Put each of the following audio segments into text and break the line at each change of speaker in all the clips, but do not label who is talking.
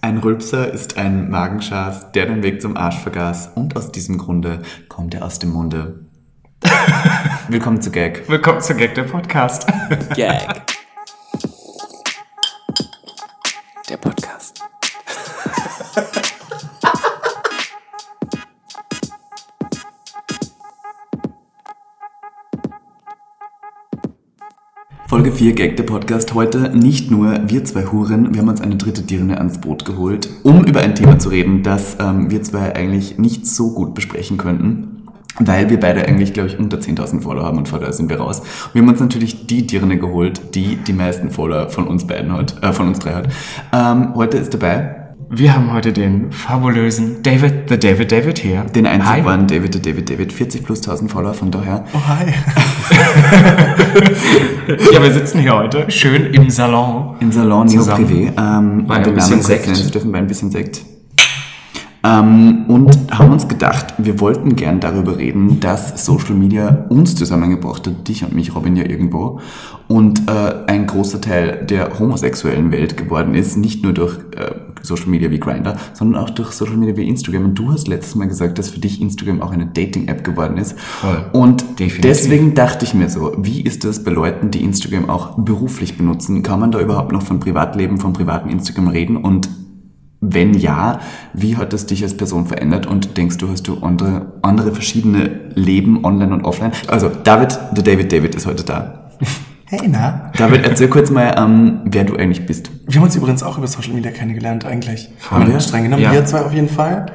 Ein Rülpser ist ein Magenschaß, der den Weg zum Arsch vergaß und aus diesem Grunde kommt er aus dem Munde. Willkommen zu Gag.
Willkommen zu Gag, der Podcast.
Gag. Der Podcast.
Folge 4 Gag, der Podcast heute. Nicht nur wir zwei Huren, wir haben uns eine dritte Dirne ans Boot geholt, um über ein Thema zu reden, das ähm, wir zwei eigentlich nicht so gut besprechen könnten. Weil wir beide eigentlich, glaube ich, unter 10.000 Follower haben und von da sind wir raus. Und wir haben uns natürlich die Dirne geholt, die die meisten Follower von uns beiden hat, äh, von uns drei hat. Ähm, heute ist dabei
Wir haben heute den fabulösen David, the David David hier.
den
Hi.
einzig waren David, der David, David, 40 plus 1.000 Follower von daher.
Oh, hi.
Ja, wir sitzen hier heute schön im Salon.
Im Salon Neo
Zusammen.
Privé. Ähm, und
Bei ein
den
bisschen
Namen kurz
Sekt.
nennen zu dürfen bei ein bisschen Sekt. Ähm, und haben uns gedacht, wir wollten gern darüber reden, dass Social Media uns zusammengebracht hat, dich und mich, Robin, ja irgendwo, und äh, ein großer Teil der homosexuellen Welt geworden ist, nicht nur durch äh, Social Media wie Grindr, sondern auch durch Social Media wie Instagram. Und du hast letztes Mal gesagt, dass für dich Instagram auch eine Dating-App geworden ist.
Voll.
Und
Definitiv.
deswegen dachte ich mir so, wie ist das bei Leuten, die Instagram auch beruflich benutzen? Kann man da überhaupt noch von Privatleben, von privaten Instagram reden? Und wenn ja, wie hat das dich als Person verändert? Und denkst du, hast du andere, andere verschiedene Leben online und offline? Also David, der David David ist heute da.
Hey, na?
David, erzähl kurz mal, ähm, wer du eigentlich bist.
Wir haben uns übrigens auch über Social Media kennengelernt, eigentlich.
Haben wir?
Streng genommen,
Ja.
wir zwei auf jeden Fall.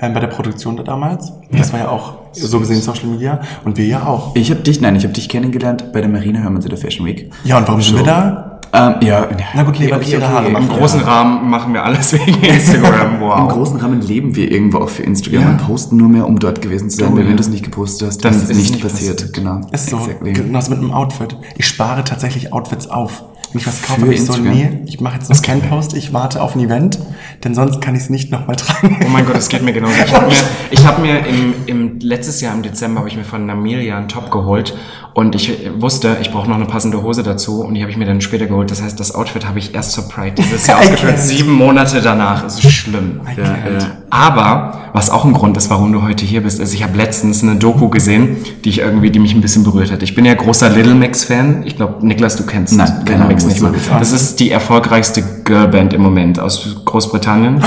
Ähm, bei der Produktion da damals. Das war ja auch so gesehen Social Media. Und wir ja auch.
Ich habe dich, nein, ich habe dich kennengelernt bei der Marina Hörmann der Fashion Week.
Ja, und warum sind wir da?
Ähm, ja,
Na gut, lieber okay, okay, Haare
Im
machen.
großen Rahmen machen wir alles wegen Instagram.
Im
Wow.
großen Rahmen leben wir irgendwo auch für Instagram
Ja.
und posten nur mehr, um dort gewesen zu sein.
Du,
Weil wenn
ja.
du es nicht gepostet hast, dann
Das
ist es
ist
nicht
nicht
passiert.
passiert.
Genau.
Ist so.
Exactly.
Genau, so mit einem Outfit. Ich spare tatsächlich Outfits auf. Wenn ich was kaufe,
Für
bin ich so,
Instagram?
nee, ich mache jetzt noch keinen Post, ich warte auf ein Event, denn sonst kann ich es nicht nochmal tragen.
Oh mein Gott, es geht mir genauso. Ich habe mir, ich hab mir im, im letztes Jahr im Dezember habe ich mir von Namelia einen Top geholt und ich wusste, ich brauche noch eine passende Hose dazu und die habe ich mir dann später geholt. Das heißt, das Outfit habe ich erst zur Pride dieses Jahr
I
ausgeführt.
can't.
Sieben Monate danach. Es ist schlimm.
I
Ja,
can't.
ja. Aber was auch ein Grund ist, warum du heute hier bist, ist, ich habe letztens eine Doku gesehen, die ich irgendwie, die mich ein bisschen berührt hat. Ich bin ja großer Little Mix Fan. Ich glaube, Niklas, du kennst
Nein, keine
Little
Ahnung,
Mix
muss
nicht
man
mal.
nicht sagen.
Das ist die erfolgreichste Girlband im Moment aus Großbritannien.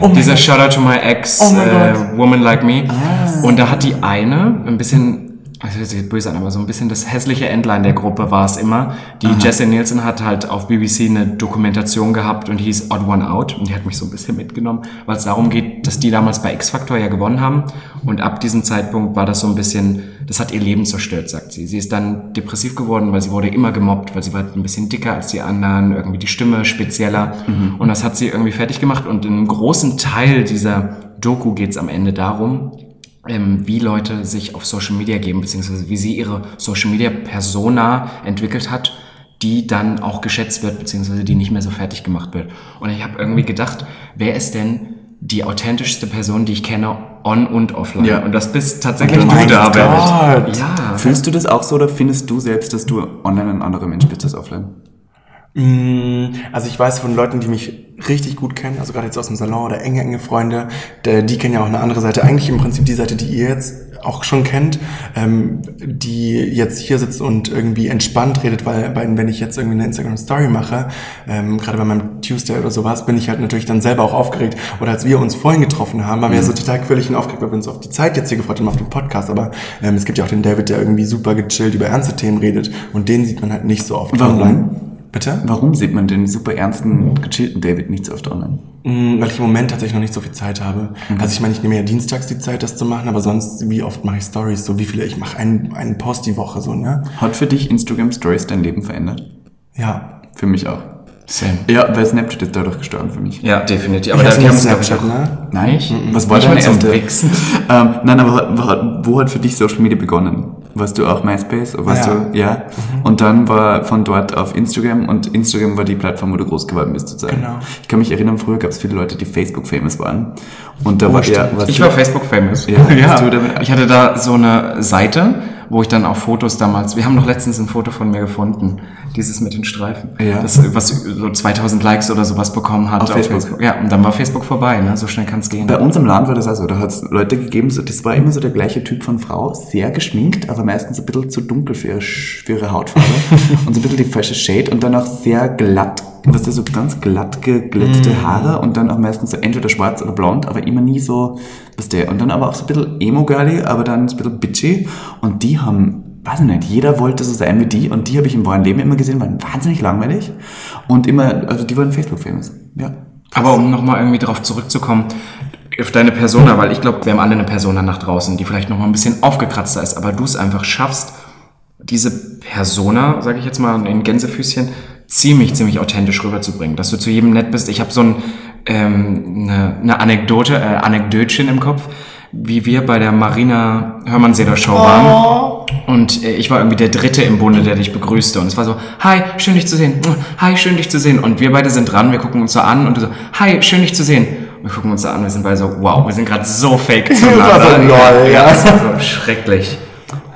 Oh mein
Dieser
Gott.
Shout out to my ex,
Oh mein
äh,
Gott.
Woman Like Me. Und da hat die eine ein bisschen, also das sieht böse an, aber so ein bisschen das hässliche Endline der Gruppe war es immer. Die Jessie Nielsen hat halt auf BBC eine Dokumentation gehabt und hieß Odd One Out. Und die hat mich so ein bisschen mitgenommen, weil es darum geht, dass die damals bei X Factor ja gewonnen haben. Und ab diesem Zeitpunkt war das so ein bisschen, das hat ihr Leben zerstört, sagt sie. Sie ist dann depressiv geworden, weil sie wurde immer gemobbt, weil sie war halt ein bisschen dicker als die anderen, irgendwie die Stimme spezieller. Und das hat sie irgendwie fertig gemacht. Und in einem großen Teil dieser Doku geht es am Ende darum, ähm, wie Leute sich auf Social Media geben, beziehungsweise wie sie ihre Social Media Persona entwickelt hat, die dann auch geschätzt wird, beziehungsweise die nicht mehr so fertig gemacht wird. Und ich habe irgendwie gedacht, wer ist denn die authentischste Person, die ich kenne, on und offline?
Ja.
Und das bist tatsächlich
Oh mein
du da,
Gott.
David. Ja.
Fühlst du das auch so oder findest du selbst, dass du online ein anderer Mensch bist als offline?
Mm, Also ich weiß von Leuten, die mich richtig gut kennen, also gerade jetzt aus dem Salon oder enge, enge Freunde, der- die kennen ja auch eine andere Seite. Eigentlich im Prinzip die Seite, die ihr jetzt auch schon kennt, ähm, die jetzt hier sitzt und irgendwie entspannt redet, weil bei- wenn ich jetzt irgendwie eine Instagram-Story mache, ähm, gerade bei meinem Tuesday oder sowas, bin ich halt natürlich dann selber auch aufgeregt. Oder als wir uns vorhin getroffen haben, waren wir ja so total quirlig und aufgeregt, weil wir uns auf die Zeit jetzt hier gefreut haben, auf den Podcast. Aber ähm, es gibt ja auch den David, der irgendwie super gechillt über ernste Themen redet und den sieht man halt nicht so oft
Warum?
Bitte?
Warum sieht man den super ernsten, gechillten David nicht so oft online?
Mm, Weil ich im Moment tatsächlich noch nicht so viel Zeit habe. Also ich meine, ich nehme ja dienstags die Zeit, das zu machen, aber sonst, wie oft mache ich Stories? So wie viele? Ich mache einen, einen Post die Woche, so, ne?
Hat für dich Instagram Stories dein Leben verändert?
Ja.
Für mich auch.
Same.
Ja, weil Snapchat ist dadurch gestorben für mich.
Ja, definitiv. Aber
ich
da
hatte nicht
haben wir
Snapchat, ne?
Nein?
Nicht?
Was war
Nicht
deine
mal zum
erste?
Wichsen.
Ähm, nein, aber wo- wo hat für dich Social Media begonnen? Warst du auch MySpace? oder Warst
Ja. Mhm.
du, ja? Und dann war von dort auf Instagram und Instagram war die Plattform, wo du groß geworden bist, sozusagen.
Genau.
Ich kann mich erinnern, früher gab es viele Leute, die Facebook-famous waren. Und da
Oh,
war ja,
stimmt.
warst
Ich
du-
war Facebook-famous.
Ja, hast du damit-
Ich hatte da so eine Seite, wo ich dann auch Fotos damals, wir haben noch letztens ein Foto von mir gefunden. Dieses mit den Streifen.
Ja.
Das, was so 2000 Likes oder sowas bekommen hat.
Auf Facebook.
Ja, und dann war Facebook vorbei, ne? So schnell kann es gehen.
Bei uns im Land war das also, da hat es Leute gegeben, so, das war immer so der gleiche Typ von Frau, sehr geschminkt, aber meistens ein bisschen zu dunkel für ihre, Sch- für ihre Hautfarbe und so ein bisschen die falsche Shade und dann auch sehr glatt, was ist das, so ganz glatt geglättete Haare und dann auch meistens so entweder schwarz oder blond, aber immer nie so, was der. Und dann aber auch so ein bisschen Emo-Girly, aber dann so ein bisschen bitchy und die haben weiß ich nicht, jeder wollte so sein wie die und die habe ich im wahren Leben immer gesehen, waren wahnsinnig langweilig und immer, also die waren Facebook-famous. Ja.
Aber um nochmal irgendwie drauf zurückzukommen, auf deine Persona, weil ich glaube, wir haben alle eine Persona nach draußen, die vielleicht nochmal ein bisschen aufgekratzter ist, aber du es einfach schaffst, diese Persona, sage ich jetzt mal in Gänsefüßchen, ziemlich, ziemlich authentisch rüberzubringen, dass du zu jedem nett bist. Ich habe so ein, ähm, eine, eine Anekdote, äh, Anekdötchen im Kopf, wie wir bei der Marina Hörmann-Seder-Show waren.
Oh.
Und äh, ich war irgendwie der Dritte im Bunde, der dich begrüßte. Und es war so, hi, schön dich zu sehen. Hi, schön dich zu sehen. Und wir beide sind dran, wir gucken uns so an und du so, hi, schön dich zu sehen. Wir gucken uns so an, wir sind beide so, wow, wir sind gerade so fake
Das war so lol, ja.
das war so schrecklich.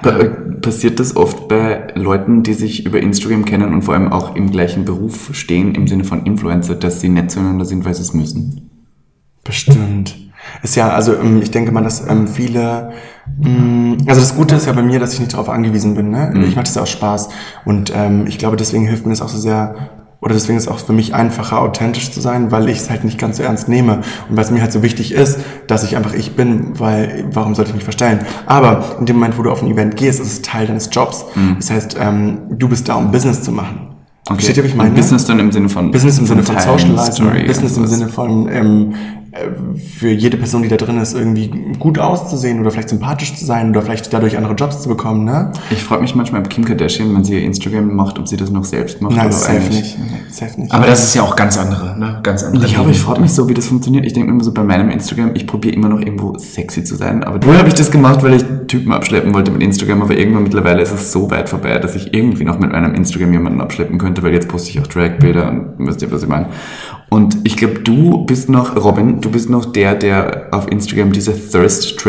Pa- äh, Passiert das oft bei Leuten, die sich über Instagram kennen und vor allem auch im gleichen Beruf stehen, im Sinne von Influencer, dass sie nett zueinander sind, weil sie es müssen?
Bestimmt. Ist ja, also ähm, ich denke mal, dass ähm, viele, mh, also das Gute ist ja bei mir, dass ich nicht darauf angewiesen bin. Ne? Ich mache das ja aus Spaß und ähm, ich glaube, deswegen hilft mir das auch so sehr, oder deswegen ist es auch für mich einfacher, authentisch zu sein, weil ich es halt nicht ganz so ernst nehme und weil es mir halt so wichtig ist, dass ich einfach ich bin, weil warum sollte ich mich verstellen? Aber in dem Moment, wo du auf ein Event gehst, ist es Teil deines Jobs. Das heißt, ähm, du bist da, um Business zu machen. Versteht ihr, wie ich meine?
Und Business dann im Sinne von
Business im Sinne von
Teilen,
Socializing,
Story
Business
und
im
sowas.
Sinne von ähm, äh, für jede Person, die da drin ist, irgendwie gut auszusehen oder vielleicht sympathisch zu sein oder vielleicht dadurch andere Jobs zu bekommen, ne?
Ich frage mich manchmal bei Kim Kardashian, wenn sie ihr Instagram macht, ob sie das noch selbst macht.
Nein,
oder
safe
eigentlich-
nicht. Safe nicht.
Aber das ist ja auch ganz andere, ne? Ganz andere.
Ja, aber ich frage mich so, wie das funktioniert. Ich denke mir immer so bei meinem Instagram, ich probiere immer noch irgendwo sexy zu sein. Aber früher habe ich das gemacht, weil ich Typen abschleppen wollte mit Instagram, aber irgendwann mittlerweile ist es so weit vorbei, dass ich irgendwie noch mit meinem Instagram jemanden abschleppen könnte, weil jetzt poste ich auch Drag-Bilder und wisst ihr, was ich meine. Und ich glaube, du bist noch, Robin, du bist noch der, der auf Instagram diese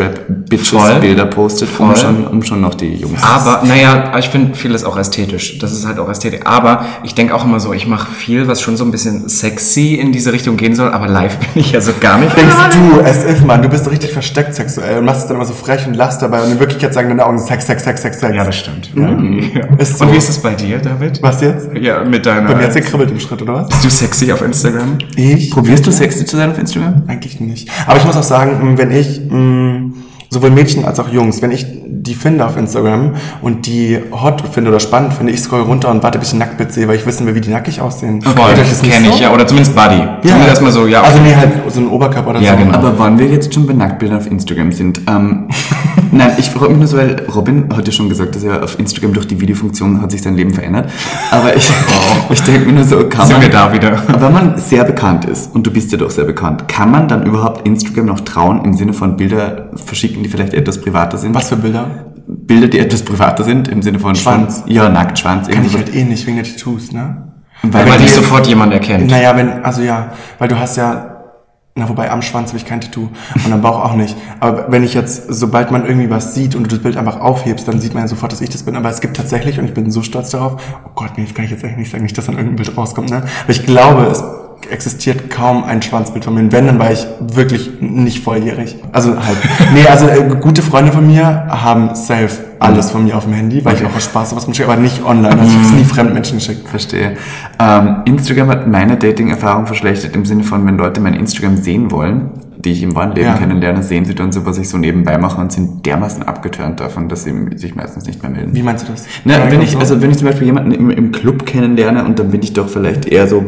Voll.
Thirst-Trap-Bitches-Bilder postet, um
Voll.
schon, um schon noch die Jungs.
Aber, naja, ich finde vieles auch ästhetisch. Das ist halt auch Ästhetik. Aber ich denke auch immer so, ich mache viel, was schon so ein bisschen sexy in diese Richtung gehen soll, aber live bin ich also gar nicht.
Denkst du, as if, Mann, du bist so richtig versteckt sexuell und machst es dann immer so frech und lachst dabei und in Wirklichkeit sagen deine Augen Sex, Sex, Sex, Sex, Sex.
Ja, das stimmt. Ja.
Ist so.
Und wie ist es bei dir, David?
Was jetzt?
Ja, mit deiner.
Bei mir hat's gekribbelt im Schritt, oder was?
Bist du sexy auf Instagram?
Ich?
Probierst du sexy zu sein auf Instagram?
Eigentlich nicht. Aber ich muss auch sagen, mh, wenn ich, mh, sowohl Mädchen als auch Jungs, wenn ich die finde auf Instagram und die hot finde oder spannend finde, ich scroll runter und warte, bis ich ein Nacktbild sehe, weil ich wissen will, wie die nackig aussehen.
Voll,
Geht euch
das
nicht
kenne ich,
so?
ja. Oder zumindest Buddy. Ja. Zumindest erstmal so, ja.
Also nee, halt so ein Oberkörper oder
Ja,
so.
genau.
Aber wann wir jetzt schon bei Nacktbildern auf Instagram sind, ähm, nein, ich freue mich nur so, weil Robin hat ja schon gesagt, dass er auf Instagram durch die Videofunktion hat sich sein Leben verändert. Aber ich, ich denke mir nur so, kann
sind
man,
wir da wieder.
wenn man sehr bekannt ist, und du bist ja doch sehr bekannt, kann man dann überhaupt Instagram noch trauen im Sinne von Bilder verschicken, die vielleicht etwas privater sind?
Was für Bilder?
Bilder, die etwas privater sind, im Sinne von
Schwanz.
Ja, nackt, Schwanz,
Kann ich
irgendwas.
halt eh nicht, wegen der Tattoos, ne?
Also Weil
wenn
man
die-
nicht sofort jemand erkennt.
Naja, wenn, also ja, weil du hast ja, na wobei am Schwanz habe ich kein Tattoo und am Bauch auch nicht. Aber wenn ich jetzt, sobald man irgendwie was sieht und du das Bild einfach aufhebst, dann sieht man ja sofort, dass ich das bin. Aber es gibt tatsächlich, und ich bin so stolz darauf, oh Gott, nee, das kann ich jetzt echt nicht sagen, nicht, dass dann irgendein Bild rauskommt, ne? Aber ich glaube, es existiert kaum ein Schwanzbild von mir. Und wenn, dann war ich wirklich nicht volljährig. Also halt. Nee, also äh, gute Freunde von mir haben safe alles von mir auf dem Handy, weil ich auch aus Spaß sowas geschickt, aber nicht online. Also ich
Mhm.
habe es nie fremden Menschen geschickt.
Verstehe. Ähm, Instagram hat meine Dating-Erfahrung verschlechtert im Sinne von, wenn Leute mein Instagram sehen wollen, die ich im wahren Leben
Ja.
kennenlerne, sehen sie dann so, was ich so nebenbei mache und sind dermaßen abgeturnt davon, dass sie sich meistens nicht mehr melden.
Wie meinst du das?
Na, wenn
und
ich,
genau so?
also wenn ich zum Beispiel jemanden im, im Club kennenlerne und dann bin ich doch vielleicht eher so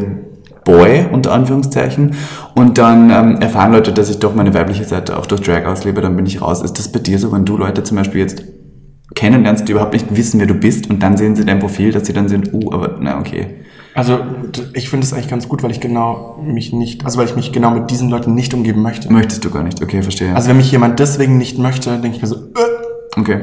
Boy, unter Anführungszeichen, und dann ähm, erfahren Leute, dass ich doch meine weibliche Seite auch durch Drag auslebe, dann bin ich raus. Ist das bei dir so, wenn du Leute zum Beispiel jetzt kennenlernst, die überhaupt nicht wissen, wer du bist, und dann sehen sie dein Profil, dass sie dann sind, uh, aber na okay.
Also d- ich finde es eigentlich ganz gut, weil ich genau mich nicht, also weil ich mich genau mit diesen Leuten nicht umgeben möchte.
Möchtest du gar nicht, okay, verstehe.
Also wenn mich jemand deswegen nicht möchte, denke ich mir so, äh,
okay.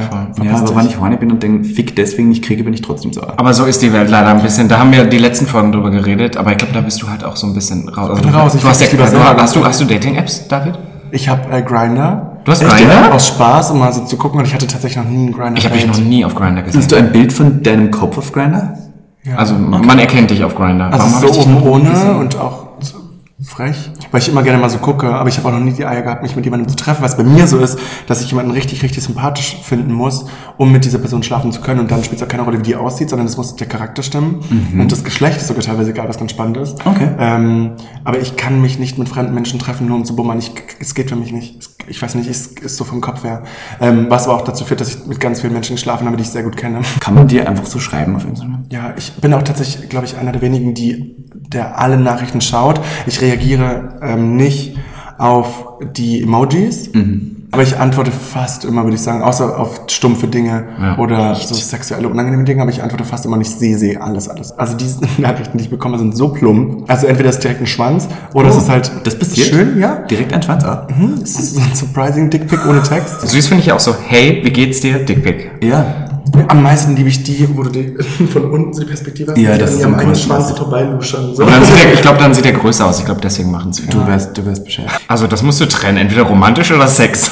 voll.
Verpiss
Ja, aber
dich.
wenn ich horny bin und den Fick deswegen nicht kriege, bin ich trotzdem sauer.
Aber so ist die Welt leider ein bisschen. Da haben wir die letzten Folgen drüber geredet, aber ich glaube, da bist du halt auch so ein bisschen raus. Also,
bin raus, ich
du hast, ja,
weiß nicht, wie das
du,
war.
hast, du, hast du Dating-Apps, David?
ich habe äh, Grinder.
Du hast
Echt,
Grindr?
ja? Aus Spaß, um mal so zu gucken. Und ich hatte tatsächlich noch nie einen Grinder.
Ich habe dich noch nie auf Grindr gesehen.
Hast du ein Bild von deinem Kopf auf Grinder?
Ja. Also man erkennt dich auf Grinder.
Also so oben ohne und auch so frech, weil ich immer gerne mal so gucke, aber ich habe auch noch nie die Eier gehabt, mich mit jemandem zu treffen, was bei mir so ist, dass ich jemanden richtig, richtig sympathisch finden muss, um mit dieser Person schlafen zu können und dann spielt es auch keine Rolle, wie die aussieht, sondern es muss der Charakter stimmen und das Geschlecht ist sogar teilweise egal, was ganz spannend ist.
Okay.
Ähm, aber ich kann mich nicht mit fremden Menschen treffen, nur um zu bummern. Ich, es geht für mich nicht. Es, ich weiß nicht, es ist so vom Kopf her. Ähm, was aber auch dazu führt, dass ich mit ganz vielen Menschen geschlafen habe, die ich sehr gut kenne.
Kann man dir einfach so schreiben auf Instagram?
Ja, ich bin auch tatsächlich, glaube ich, einer der wenigen, die der alle Nachrichten schaut. Ich reagiere ähm, nicht auf die Emojis,
Mhm.
aber ich antworte fast immer, würde ich sagen, außer auf stumpfe Dinge
Ja,
oder so sexuelle unangenehme Dinge, aber ich antworte fast immer nicht sehe, sehe alles, alles. Also diese Nachrichten, die ich bekomme, sind so plump. Also entweder ist direkt ein Schwanz oder es
Oh,
ist halt
das passiert?
schön, ja.
Direkt ein Schwanz ab?
Hm, Es ist so ein surprising Dickpick ohne Text.
Süß finde ich auch so, hey, wie geht's dir? Dickpick.
Ja.
Am meisten liebe ich die, wo du die, von unten so die Perspektive hast.
Ja,
die
das
an
ist
ihrem
am
eigenen
coolsten.
Schwanz so vorbeiluschern. So.
Und dann sieht er, ich glaube, dann sieht er größer aus. Ich glaube, deswegen machen es viele.
Du weißt, du weißt Bescheid.
Also das musst du trennen, entweder romantisch oder Sex.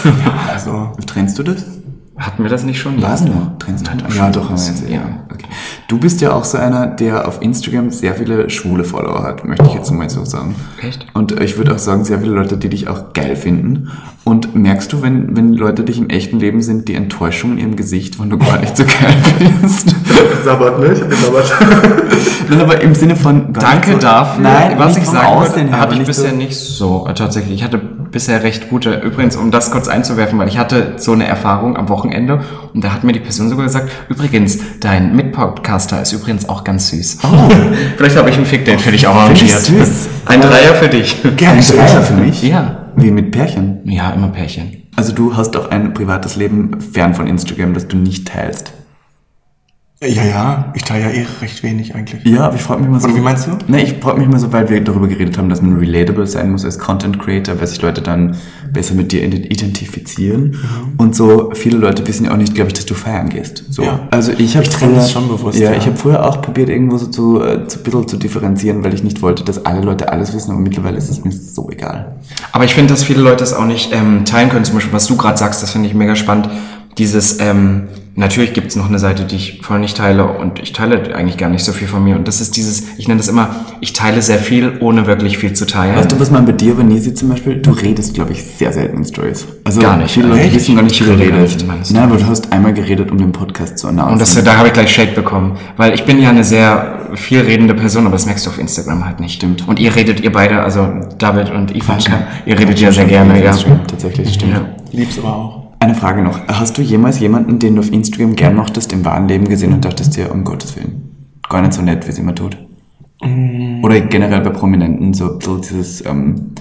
Also,
Trennst du das?
Hatten wir das nicht schon?
Was nur? Trennst du das? Ja, doch. haben wir jetzt.
Ja.
Okay. Du bist ja auch so einer, der auf Instagram sehr viele schwule Follower hat, möchte ich jetzt mal so sagen.
Echt?
Und ich würde auch sagen, sehr viele Leute, die dich auch geil finden. Und merkst du, wenn, wenn Leute dich im echten Leben sind, die Enttäuschung in ihrem Gesicht, wenn du gar nicht so geil bist?
sabbert, ne? Ich hab gesabbert.
Nein, aber im Sinne von... gar
Danke
nicht so,
dafür.
Nein,
was
nicht
ich
vom
sagen
Aussehen
wollte,
her,
hatte
aber
ich
nicht so-
bisher nicht so. äh, Tatsächlich, ich hatte bisher recht gute. Übrigens, um das kurz einzuwerfen, weil ich hatte so eine Erfahrung am Wochenende und da hat mir die Person sogar gesagt: Übrigens, dein Mitpodcaster ist übrigens auch ganz süß. Vielleicht habe ich ein Fickdate für dich auch
Finde ich
arrangiert.
Oh. süß.
Ein Dreier für dich.
Ein
Gerne.
Dreier für mich?
Ja.
Wie mit Pärchen?
Ja, immer Pärchen.
Also du hast auch ein privates Leben fern von Instagram, das du nicht teilst.
Ja, ja, ich teile ja eh recht wenig eigentlich.
Ja, aber ich frage mich mal so...
Oder wie meinst du?
Ne, ich freue mich mal, sobald wir darüber geredet haben, dass man relatable sein muss als Content Creator, weil sich Leute dann besser mit dir ident- identifizieren. Und so viele Leute wissen ja auch nicht, glaube ich, dass du feiern gehst. So.
Ja.
Also ich habe
Ich trenne das schon bewusst,
Ja,
ja.
ich habe früher auch probiert, irgendwo so zu, äh, zu bisschen zu differenzieren, weil ich nicht wollte, dass alle Leute alles wissen. Aber mittlerweile ist es mir so egal.
Aber ich finde, dass viele Leute es auch nicht ähm, teilen können. Zum Beispiel, was du gerade sagst, das finde ich mega spannend. Dieses, ähm, natürlich gibt es noch eine Seite, die ich voll nicht teile und ich teile eigentlich gar nicht so viel von mir. Und das ist dieses, ich nenne das immer, ich teile sehr viel, ohne wirklich viel zu teilen.
Weißt du, was man bei dir, Vanisi zum Beispiel, du redest, glaube ich, sehr selten in Stories. Also
Gar nicht.
Viele Leute
Echt?
wissen gar nicht, wie
Ich
du
rede gar nicht
redest.
in meinen
Nein, aber du hast einmal geredet, um den Podcast zu announcen.
und das, da habe ich gleich Shade bekommen. Weil ich bin ja eine sehr viel redende Person, aber das merkst du auf Instagram halt nicht. Stimmt. Und ihr redet, ihr beide, also David und Ivanka, ihr redet ja sehr gerne, ja.
Stimmt, tatsächlich, stimmt.
ja.
Lieb's aber auch.
Eine Frage noch. Hast du jemals jemanden, den du auf Instagram gern mochtest, im wahren Leben gesehen und dachtest dir, um Gottes Willen, gar nicht so nett, wie sie immer tut?
Mm.
Oder generell bei Prominenten, so ein bisschen dieses, ähm,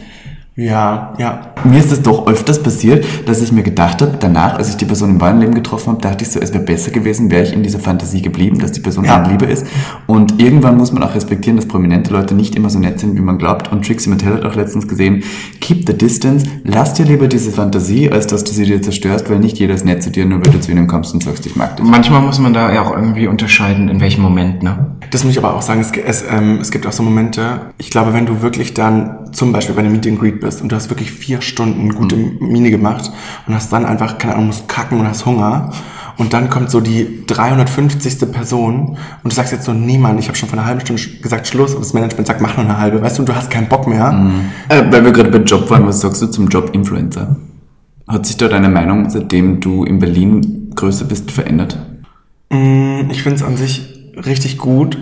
Ja, ja.
mir ist das doch öfters passiert, dass ich mir gedacht habe, danach, als ich die Person im wahren Leben getroffen habe, dachte ich so, es wäre besser gewesen, wäre ich in dieser Fantasie geblieben, dass die Person
Ja.
meine Liebe ist. Und irgendwann muss man auch respektieren, dass prominente Leute nicht immer so nett sind, wie man glaubt. Und Trixie Mattel hat auch letztens gesehen, keep the distance, lass dir lieber diese Fantasie, als dass du sie dir zerstörst, weil nicht jeder ist nett zu dir, nur weil du zu ihnen kommst und sagst, ich mag dich.
Manchmal muss man da ja auch irgendwie unterscheiden, in welchem Moment, ne?
Das muss ich aber auch sagen, es, es, ähm, es gibt auch so Momente, ich glaube, wenn du wirklich dann zum Beispiel bei einem Meet and Greet bist und du hast wirklich vier Stunden gute Miene gemacht und hast dann einfach, keine Ahnung, musst kacken und hast Hunger und dann kommt so die 350. Person und du sagst jetzt so, nee Mann, ich habe schon vor einer halben Stunde sch- gesagt Schluss und das Management sagt, mach noch eine halbe, weißt du, und du hast keinen Bock mehr.
Äh, weil wir gerade bei Job waren, was sagst du zum Job Influencer? Hat sich da deine Meinung, seitdem du in Berlin größer bist, verändert?
Mm, Ich finde es an sich richtig gut.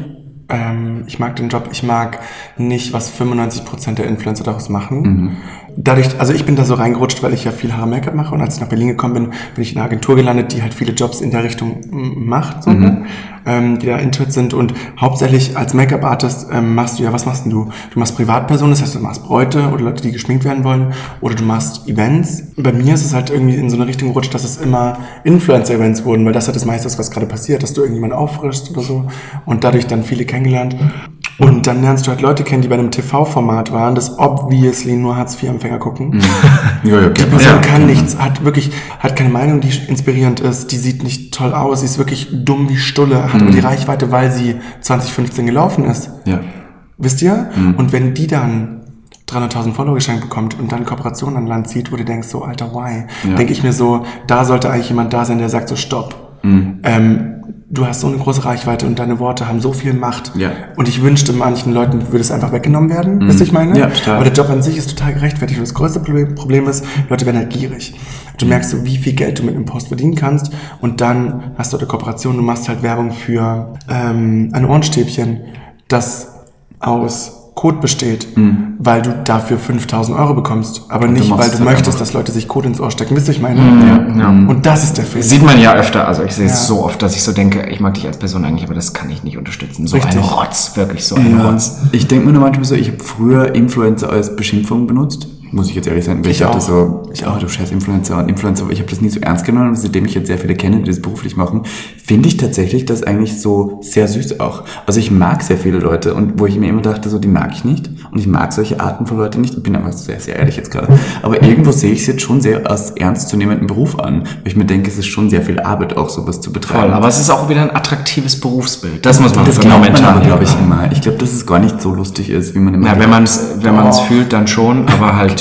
Ähm, ich mag den Job. Ich mag nicht, was 95% der Influencer daraus machen. Dadurch, also ich bin da so reingerutscht, weil ich ja viel Haare Make-up mache. Und als ich nach Berlin gekommen bin, bin ich in einer Agentur gelandet, die halt viele Jobs in der Richtung mm, macht, so, ne? ähm, die da intuit sind. Und hauptsächlich als Make-up-Artist ähm, machst du ja, was machst denn du? Du machst Privatpersonen, das heißt, du machst Bräute oder Leute, die geschminkt werden wollen. Oder du machst Events. Bei mir ist es halt irgendwie in so eine Richtung gerutscht, dass es immer Influencer-Events wurden, weil das hat das meiste, was gerade passiert, dass du irgendjemanden auffrischst oder so und dadurch dann viele kennengelernt. Und dann lernst du halt Leute kennen, die bei einem TV-Format waren, das obviously nur Hartz-IV-Empfänger gucken.
Ja, ja,
Die Person kann nichts, hat wirklich, hat keine Meinung, die inspirierend ist, die sieht nicht toll aus, sie ist wirklich dumm wie Stulle, hat aber
Mhm.
die Reichweite, weil sie 2015 gelaufen ist.
Ja.
Wisst ihr?
Mhm.
Und wenn die dann 300.000 Follower geschenkt bekommt und dann Kooperationen an Land zieht, wo du denkst, so, alter, why?
Ja. Mhm.
Denke ich mir so, da sollte eigentlich jemand da sein, der sagt so, stopp. Ähm, du hast so eine große Reichweite und deine Worte haben so viel Macht.
Ja. Mhm.
Und ich wünschte, manchen Leuten würde es einfach weggenommen werden, wisst ihr, ich meine?
Ja, total.
Aber der Job an sich ist total gerechtfertigt. Und das größte Proble- Problem ist, Leute werden halt gierig. Du merkst so, wie viel Geld du mit einem Post verdienen kannst. Und dann hast du eine Kooperation, du machst halt Werbung für ähm, ein Ohrenstäbchen, das aus Code besteht, weil du dafür 5000 Euro bekommst. Aber nicht,
Mhm. machst
weil
es
du
halt
möchtest,
einfach. Mhm.
dass Leute sich Code ins Ohr stecken. Wisst ihr, ich meine?
ja.
Und das ist der Fehler.
Sieht man ja öfter, also ich sehe
Ja.
es so oft, dass ich so denke, ich mag dich als Person eigentlich, aber das kann ich nicht unterstützen. So
Richtig.
ein Rotz, wirklich so ein
Ja,
Rotz.
Ähm, ich denke mir nur manchmal so, ich habe früher Influencer als Beschimpfung benutzt. Muss ich jetzt ehrlich sein, weil ich,
Ich
dachte
auch.
so, ich auch, du scheiß Influencer und Influencer, aber ich habe das nie so ernst genommen, seitdem ich jetzt sehr viele kenne, die das beruflich machen, finde ich tatsächlich das eigentlich so sehr süß auch. Also ich mag sehr viele Leute und wo ich mir immer dachte, so, die mag ich nicht und ich mag solche Arten von Leuten nicht, ich bin einfach sehr, sehr ehrlich jetzt gerade, aber irgendwo sehe ich es jetzt schon sehr als ernstzunehmenden Beruf an, weil ich mir denke, es ist schon sehr viel Arbeit auch, sowas zu betreiben.
Voll, aber es ist auch wieder ein attraktives Berufsbild. Das muss man
das
für
glaubt man
momentan-
aber, glaube ich, immer. Ich glaube, dass es gar nicht so lustig ist, wie man immer
Ja, wenn man es wenn man's
Oh.
fühlt, dann schon, aber halt.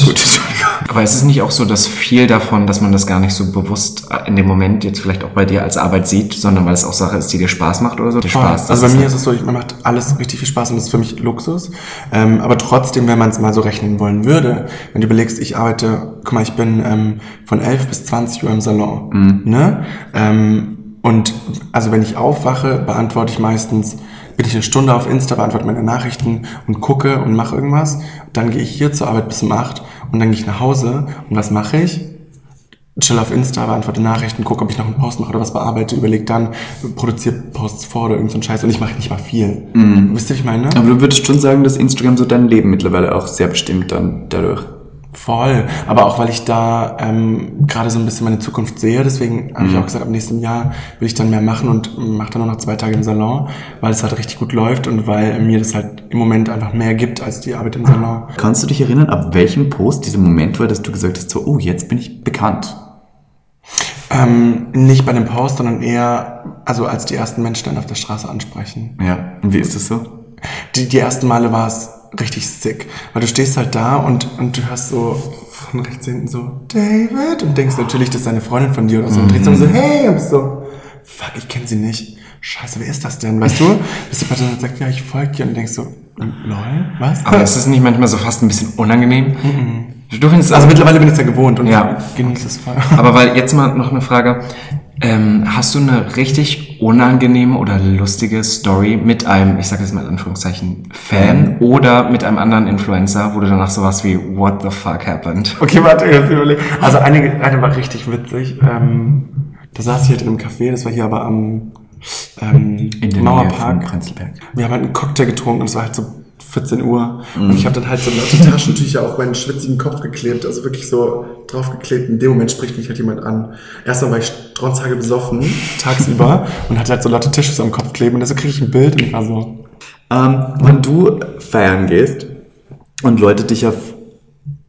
aber es ist nicht auch so, dass viel davon, dass man das gar nicht so bewusst in dem Moment jetzt vielleicht auch bei dir als Arbeit sieht, sondern weil es auch Sache ist, die dir Spaß macht oder so. Der
Voll.
Spaß. das
also bei
ist
mir ist es so, ich, mir macht alles richtig viel Spaß und das ist für mich Luxus. Ähm, aber trotzdem, wenn man es mal so rechnen wollen würde, wenn du überlegst, ich arbeite, guck mal, ich bin ähm, von 11 bis 20 Uhr im Salon.
Mhm.
Ne? Ähm, und also wenn ich aufwache, beantworte ich meistens, bin ich eine Stunde auf Insta, beantworte meine Nachrichten und gucke und mache irgendwas. Dann gehe ich hier zur Arbeit bis um 8 und dann gehe ich nach Hause. Und was mache ich? chill auf Insta, beantworte Nachrichten, gucke, ob ich noch einen Post mache oder was bearbeite, überleg dann, produziere Posts vor oder irgendeinen Scheiß und ich mache nicht mal viel. Wisst ihr, wie ich meine?
Aber du würdest schon sagen, dass Instagram so dein Leben mittlerweile auch sehr bestimmt dann dadurch.
Voll. Aber auch, weil ich da ähm, gerade so ein bisschen meine Zukunft sehe, deswegen habe ich auch gesagt, ab nächstem Jahr will ich dann mehr machen und mache dann nur noch zwei Tage im Salon, weil es halt richtig gut läuft und weil mir das halt im Moment einfach mehr gibt als die Arbeit im Salon.
Kannst du dich erinnern, ab welchem Post dieser Moment war, dass du gesagt hast, so, oh, jetzt bin ich bekannt?
Ähm, nicht bei dem Post, sondern eher, also als die ersten Menschen dann auf der Straße ansprechen.
Ja. Und wie ist das so?
die, die ersten Male war es richtig sick, weil du stehst halt da und, und du hörst so von rechts hinten so, David, und denkst natürlich, das ist deine Freundin von dir oder so, und drehst um so, hey, und bist so, fuck, ich kenne sie nicht. Scheiße, wer ist das denn, weißt du? Bis die Person dann sagt, ja, ich folge dir, und du denkst so, lol, was?
Aber ist es nicht manchmal so fast ein bisschen unangenehm? Du findest
also mittlerweile bin ich es ja gewohnt und
Ja.
genieße es voll.
Aber weil jetzt mal noch eine Frage. Ähm, hast du eine richtig unangenehme oder lustige Story mit einem, ich sage jetzt mal in Anführungszeichen, Fan oder mit einem anderen Influencer, wo du danach sowas wie What the fuck happened?
Okay, warte, ich hab's überlegt. Also eine, eine war richtig witzig. Ähm, da saß ich halt in einem Café, das war hier aber am ähm, Mauerpark.
Prenzlberg.
wir haben halt einen Cocktail getrunken und es war halt so 14 Uhr.
Mhm.
Und ich habe dann halt so lauter Taschentücher auf meinen schwitzigen Kopf geklebt, also wirklich so draufgeklebt. In dem Moment spricht mich halt jemand an. Erstmal war ich strunzhage besoffen, tagsüber, und hatte halt so lauter Tisches am Kopf kleben. Und deswegen kriege ich ein Bild und ich war so,
Ähm, wenn du feiern gehst und Leute dich auf,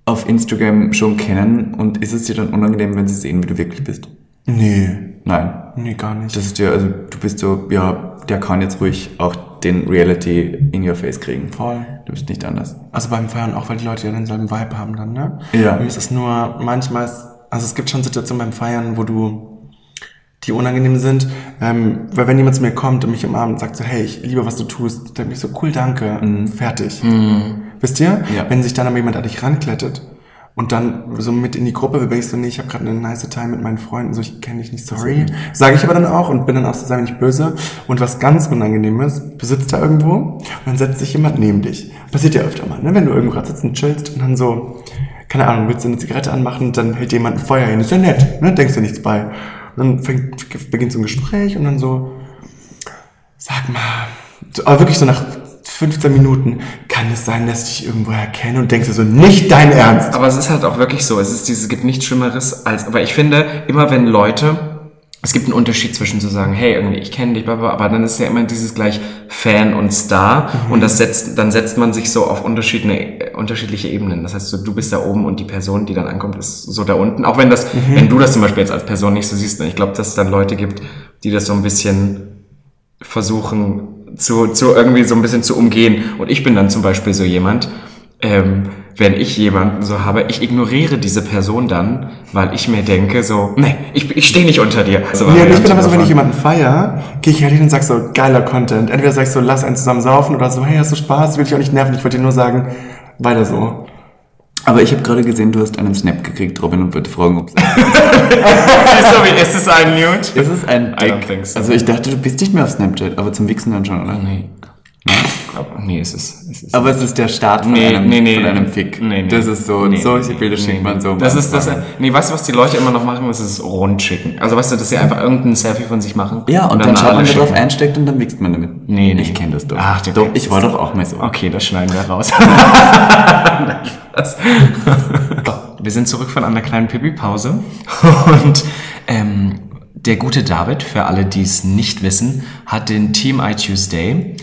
auf Instagram schon kennen und ist es dir dann unangenehm, wenn sie sehen, wie du wirklich bist?
nee,
Nein.
nee, gar nicht.
Das ist dir, also du bist so, ja, der kann jetzt ruhig auch den Reality in your face kriegen.
Voll.
Du bist nicht anders.
Also beim Feiern auch, weil die Leute ja denselben Vibe haben dann, ne?
Ja.
Mir ist es nur manchmal, ist- also es gibt schon Situationen beim Feiern, wo du, die unangenehm sind, ähm, weil wenn jemand zu mir kommt und mich umarmt und sagt so, hey, ich liebe, was du tust, dann bin ich so, cool, danke, fertig. Wisst ihr?
Ja.
Wenn sich dann aber jemand an dich ranklettet und dann so mit in die Gruppe, bin ich so, nee, ich habe gerade eine nice Time mit meinen Freunden, so, ich kenne dich nicht, sorry. Sage ich aber dann auch und bin dann auch so, sei mir nicht böse. Und was ganz unangenehm ist, du sitzt da irgendwo und dann setzt sich jemand neben dich. Passiert ja öfter mal, ne? wenn du irgendwo gerade sitzt und chillst und dann so, keine Ahnung, willst du eine Zigarette anmachen und dann hält jemand ein Feuer hin, ist ja nett, ne? denkst du nichts bei. Und dann fängt, beginnt so ein Gespräch und dann so, sag mal, so, aber wirklich so nach 15 Minuten, kann es sein, dass ich dich irgendwo erkenne und denkst dir so, nicht dein Ernst.
Aber es ist halt auch wirklich so. Es ist dieses, es gibt nichts Schlimmeres als, aber ich finde, immer wenn Leute, es gibt einen Unterschied zwischen zu sagen, hey, irgendwie, ich kenne dich, bla, bla, aber dann ist ja immer dieses gleich Fan und Star und das setzt, dann setzt man sich so auf unterschiedliche, äh, unterschiedliche Ebenen. Das heißt, so, du bist da oben und die Person, die dann ankommt, ist so da unten. Auch wenn das, wenn du das zum Beispiel jetzt als Person nicht so siehst, ne? ich glaube, dass es dann Leute gibt, die das so ein bisschen versuchen zu, zu irgendwie so ein bisschen zu umgehen. Und ich bin dann zum Beispiel so jemand, ähm, wenn ich jemanden so habe, ich ignoriere diese Person dann, weil ich mir denke, so, nee, ich, ich stehe nicht unter dir. Also, So
Ja,
war
und ich bin
Variante
aber so, wenn ich
davon.
jemanden feier, gehe ich halt hin und sag so, geiler Content. Entweder sag ich so, lass einen zusammen saufen oder so, hey, hast du Spaß? Will ich auch nicht nerven, ich wollte dir nur sagen, weiter so.
Aber ich habe gerade gesehen, du hast einen Snap gekriegt, Robin, und würde fragen, ob es
Sorry, ist es ein Nude?
ist ein
I don't think so.
Also ich dachte, du bist nicht mehr auf Snapchat, aber zum Wichsen dann schon, oder?
Nee. Aber, nee, es ist. Es ist
Aber es ist der Start von,
Nee,
einem,
nee, nee.
von einem Fick.
Nee, nee.
Das ist so,
Nee,
solche
nee,
Bilder
nee,
schickt man so.
Das ist das. Nee, weißt du, was die Leute immer noch machen? Das ist rund schicken. Also weißt du, dass sie einfach irgendein Selfie von sich machen.
Ja, und dann,
an
schaut
alle
man, wer drauf
schicken.
einsteckt und dann wichst man damit.
Nee, nee.
Ich kenne das doch.
Ach, du
doch,
kennst
ich
es
war
doch.
doch auch mal so.
Okay, das schneiden wir raus. wir sind zurück von einer kleinen Pipi-Pause. Und ähm, der gute David, für alle, die es nicht wissen, hat den Team I Tuesday.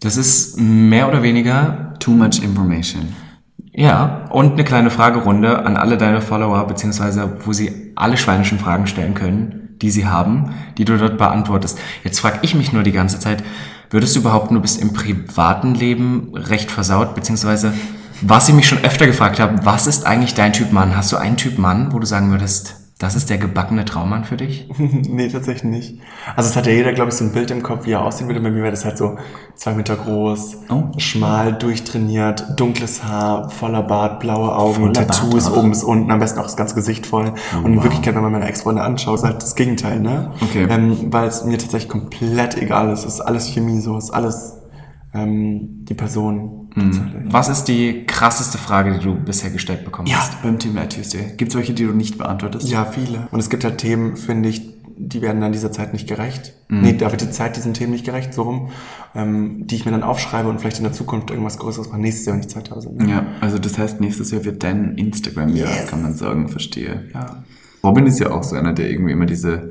Das ist mehr oder weniger
Too much information.
Ja, und eine kleine Fragerunde an alle deine Follower, beziehungsweise wo sie alle schweinischen Fragen stellen können, die sie haben, die du dort beantwortest. Jetzt frage ich mich nur die ganze Zeit, würdest du behaupten, du bist im privaten Leben recht versaut, beziehungsweise was ich mich schon öfter gefragt habe, was ist eigentlich dein Typ Mann? Hast du einen Typ Mann, wo du sagen würdest, das ist der gebackene Traummann für dich?
nee, tatsächlich nicht. Also es hat ja jeder, glaube ich, so ein Bild im Kopf, wie er aussehen würde. Bei mir wäre das halt so zwei Meter groß,
Oh.
schmal, durchtrainiert, dunkles Haar, voller Bart, blaue Augen,
Voller Bart
Tattoos
auch. Oh,
oben bis unten, am besten auch das ganze Gesicht voll. Und in Wirklichkeit, wenn man meine Ex-Freunde anschaut, ist halt das Gegenteil, ne?
Okay.
Ähm, Weil es mir tatsächlich komplett egal ist. Es ist alles Chemie, so es ist alles ähm, die Person.
Mhm.
tatsächlich.
Was ist die krasseste Frage, die du bisher gestellt bekommen
Ja,
hast?
beim Team Light Tuesday. Gibt es welche, die du nicht beantwortest?
Ja, viele. Und es gibt halt Themen, finde ich, die werden dann dieser Zeit nicht gerecht. Nee, da wird die Zeit diesen Themen nicht gerecht, so rum, ähm, die ich mir dann aufschreibe und vielleicht in der Zukunft irgendwas Größeres mache, nächstes Jahr, wenn ich Zeit habe. So, ne?
Ja, also das heißt, nächstes Jahr wird dein Instagram jahr
Yes.
kann man sagen, verstehe. Robin ist ja auch so einer, der irgendwie immer diese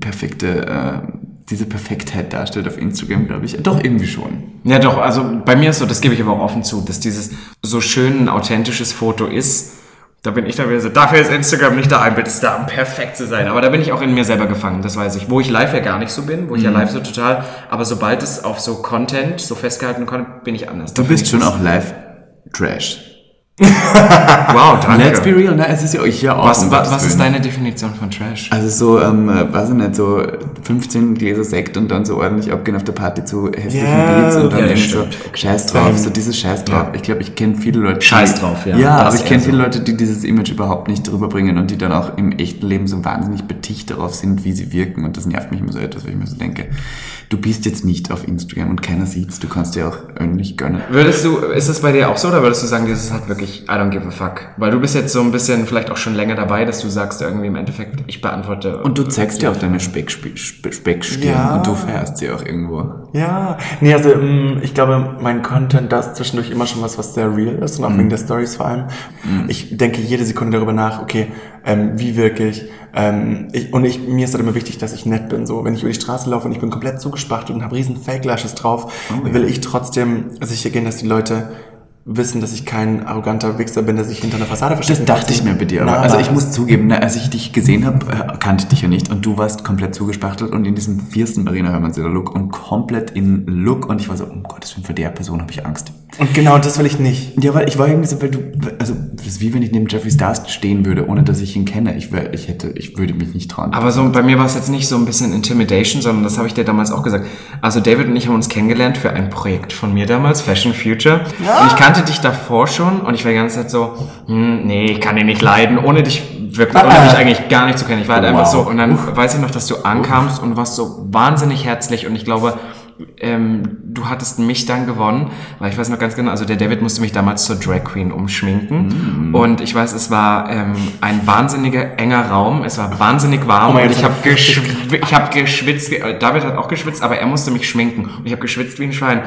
perfekte, äh, diese Perfektheit darstellt auf Instagram, glaube ich. Doch, irgendwie schon.
Ja, doch, also bei mir ist so, das gebe ich aber auch offen zu, dass dieses so schön ein authentisches Foto ist. Da bin ich dann wieder so, dafür ist Instagram nicht da, ein Bild ist da, um perfekt zu sein. Aber da bin ich auch in mir selber gefangen, das weiß ich. Wo ich live ja gar nicht so bin, wo ich ja
Mhm.
live so total, aber sobald es auf so Content, so festgehaltenen Content, bin ich anders.
Du bist schon auch live Trash.
Wow, danke.
Let's be real, ne? Es ist ja euch ja auch.
was,
um
was,
Gottes
was ist
Willen.
deine Definition von Trash?
Also so, ähm, äh, weiß ich nicht, so 15 Gläser Sekt und dann so ordentlich abgehen auf der Party zu hässlichen
Ja,
Beats und dann
ja,
irgendwie so
stimmt.
Scheiß drauf, so dieses Scheiß drauf. Ich glaube, ich kenne viele Leute. die-
Scheiß drauf, ja.
Ja,
Das
aber ich
eher
kenne
so.
viele Leute, die dieses Image überhaupt nicht drüber bringen und die dann auch im echten Leben so wahnsinnig beticht darauf sind, wie sie wirken. Und das nervt mich immer so etwas, weil ich mir so denke, du bist jetzt nicht auf Instagram und keiner sieht's, du kannst dir auch öhnlich gönnen.
Würdest du, ist es bei dir auch so oder würdest du sagen, dieses hat wirklich, I don't give a fuck? Weil du bist jetzt so ein bisschen vielleicht auch schon länger dabei, dass du sagst irgendwie im Endeffekt, ich beantworte.
Und du zeigst dir auch deine Speckstirn Speck Speckstirn
Ja.
und du feierst sie auch irgendwo.
Ja, nee, also ähm, ich glaube, mein Content, da ist zwischendurch immer schon was, was sehr real ist und auch
Mhm.
wegen der Stories vor allem. Ich denke jede Sekunde darüber nach, okay, ähm, wie wirke ich? Ähm, ich und ich, mir ist halt immer wichtig, dass ich nett bin. So, wenn ich über die Straße laufe und ich bin komplett zugespachtelt und habe riesen Fake-Lashes drauf,
Oh
will ich trotzdem sicher gehen, dass die Leute wissen, dass ich kein arroganter Wichser bin, der sich hinter einer Fassade versteckt.
Das dachte ich mir bei dir. Aber.
Na,
Äh, Also
aber-
ich muss zugeben, ne, als ich dich gesehen habe, kannte ich dich ja nicht und du warst komplett zugespachtelt und in diesem fiersten Marina Hermannsieder Look und komplett in Look und ich war so, um Gottes Willen, vor der Person habe ich Angst.
Und genau das will ich nicht.
Ja, weil ich war irgendwie so, weil du, also das ist wie wenn ich neben Jeffrey Stars stehen würde, ohne dass ich ihn kenne. Ich, wär, ich hätte, ich würde mich nicht trauen.
Aber so bei mir war es jetzt nicht so ein bisschen Intimidation, sondern das habe ich dir damals auch gesagt. Also David und ich haben uns kennengelernt für ein Projekt von mir damals, Fashion Future. Und ich kannte dich davor schon und ich war die ganze Zeit so, hm, nee, ich kann ihn nicht leiden, ohne dich wirklich, ohne dich eigentlich gar nicht zu kennen. Ich war halt einfach
Wow.
so und dann weiß ich noch, dass du ankamst und warst so wahnsinnig herzlich und ich glaube, ähm, du hattest mich dann gewonnen, weil ich weiß noch ganz genau, also der David musste mich damals zur Drag Queen umschminken
Mm.
und ich weiß, es war ähm, ein wahnsinniger enger Raum, es war wahnsinnig warm
Oh
und
mein Gott,
ich habe
das hat richtig
geschw ich hab geschwitzt, wie- äh, David hat auch geschwitzt, aber er musste mich schminken und ich habe geschwitzt wie ein Schwein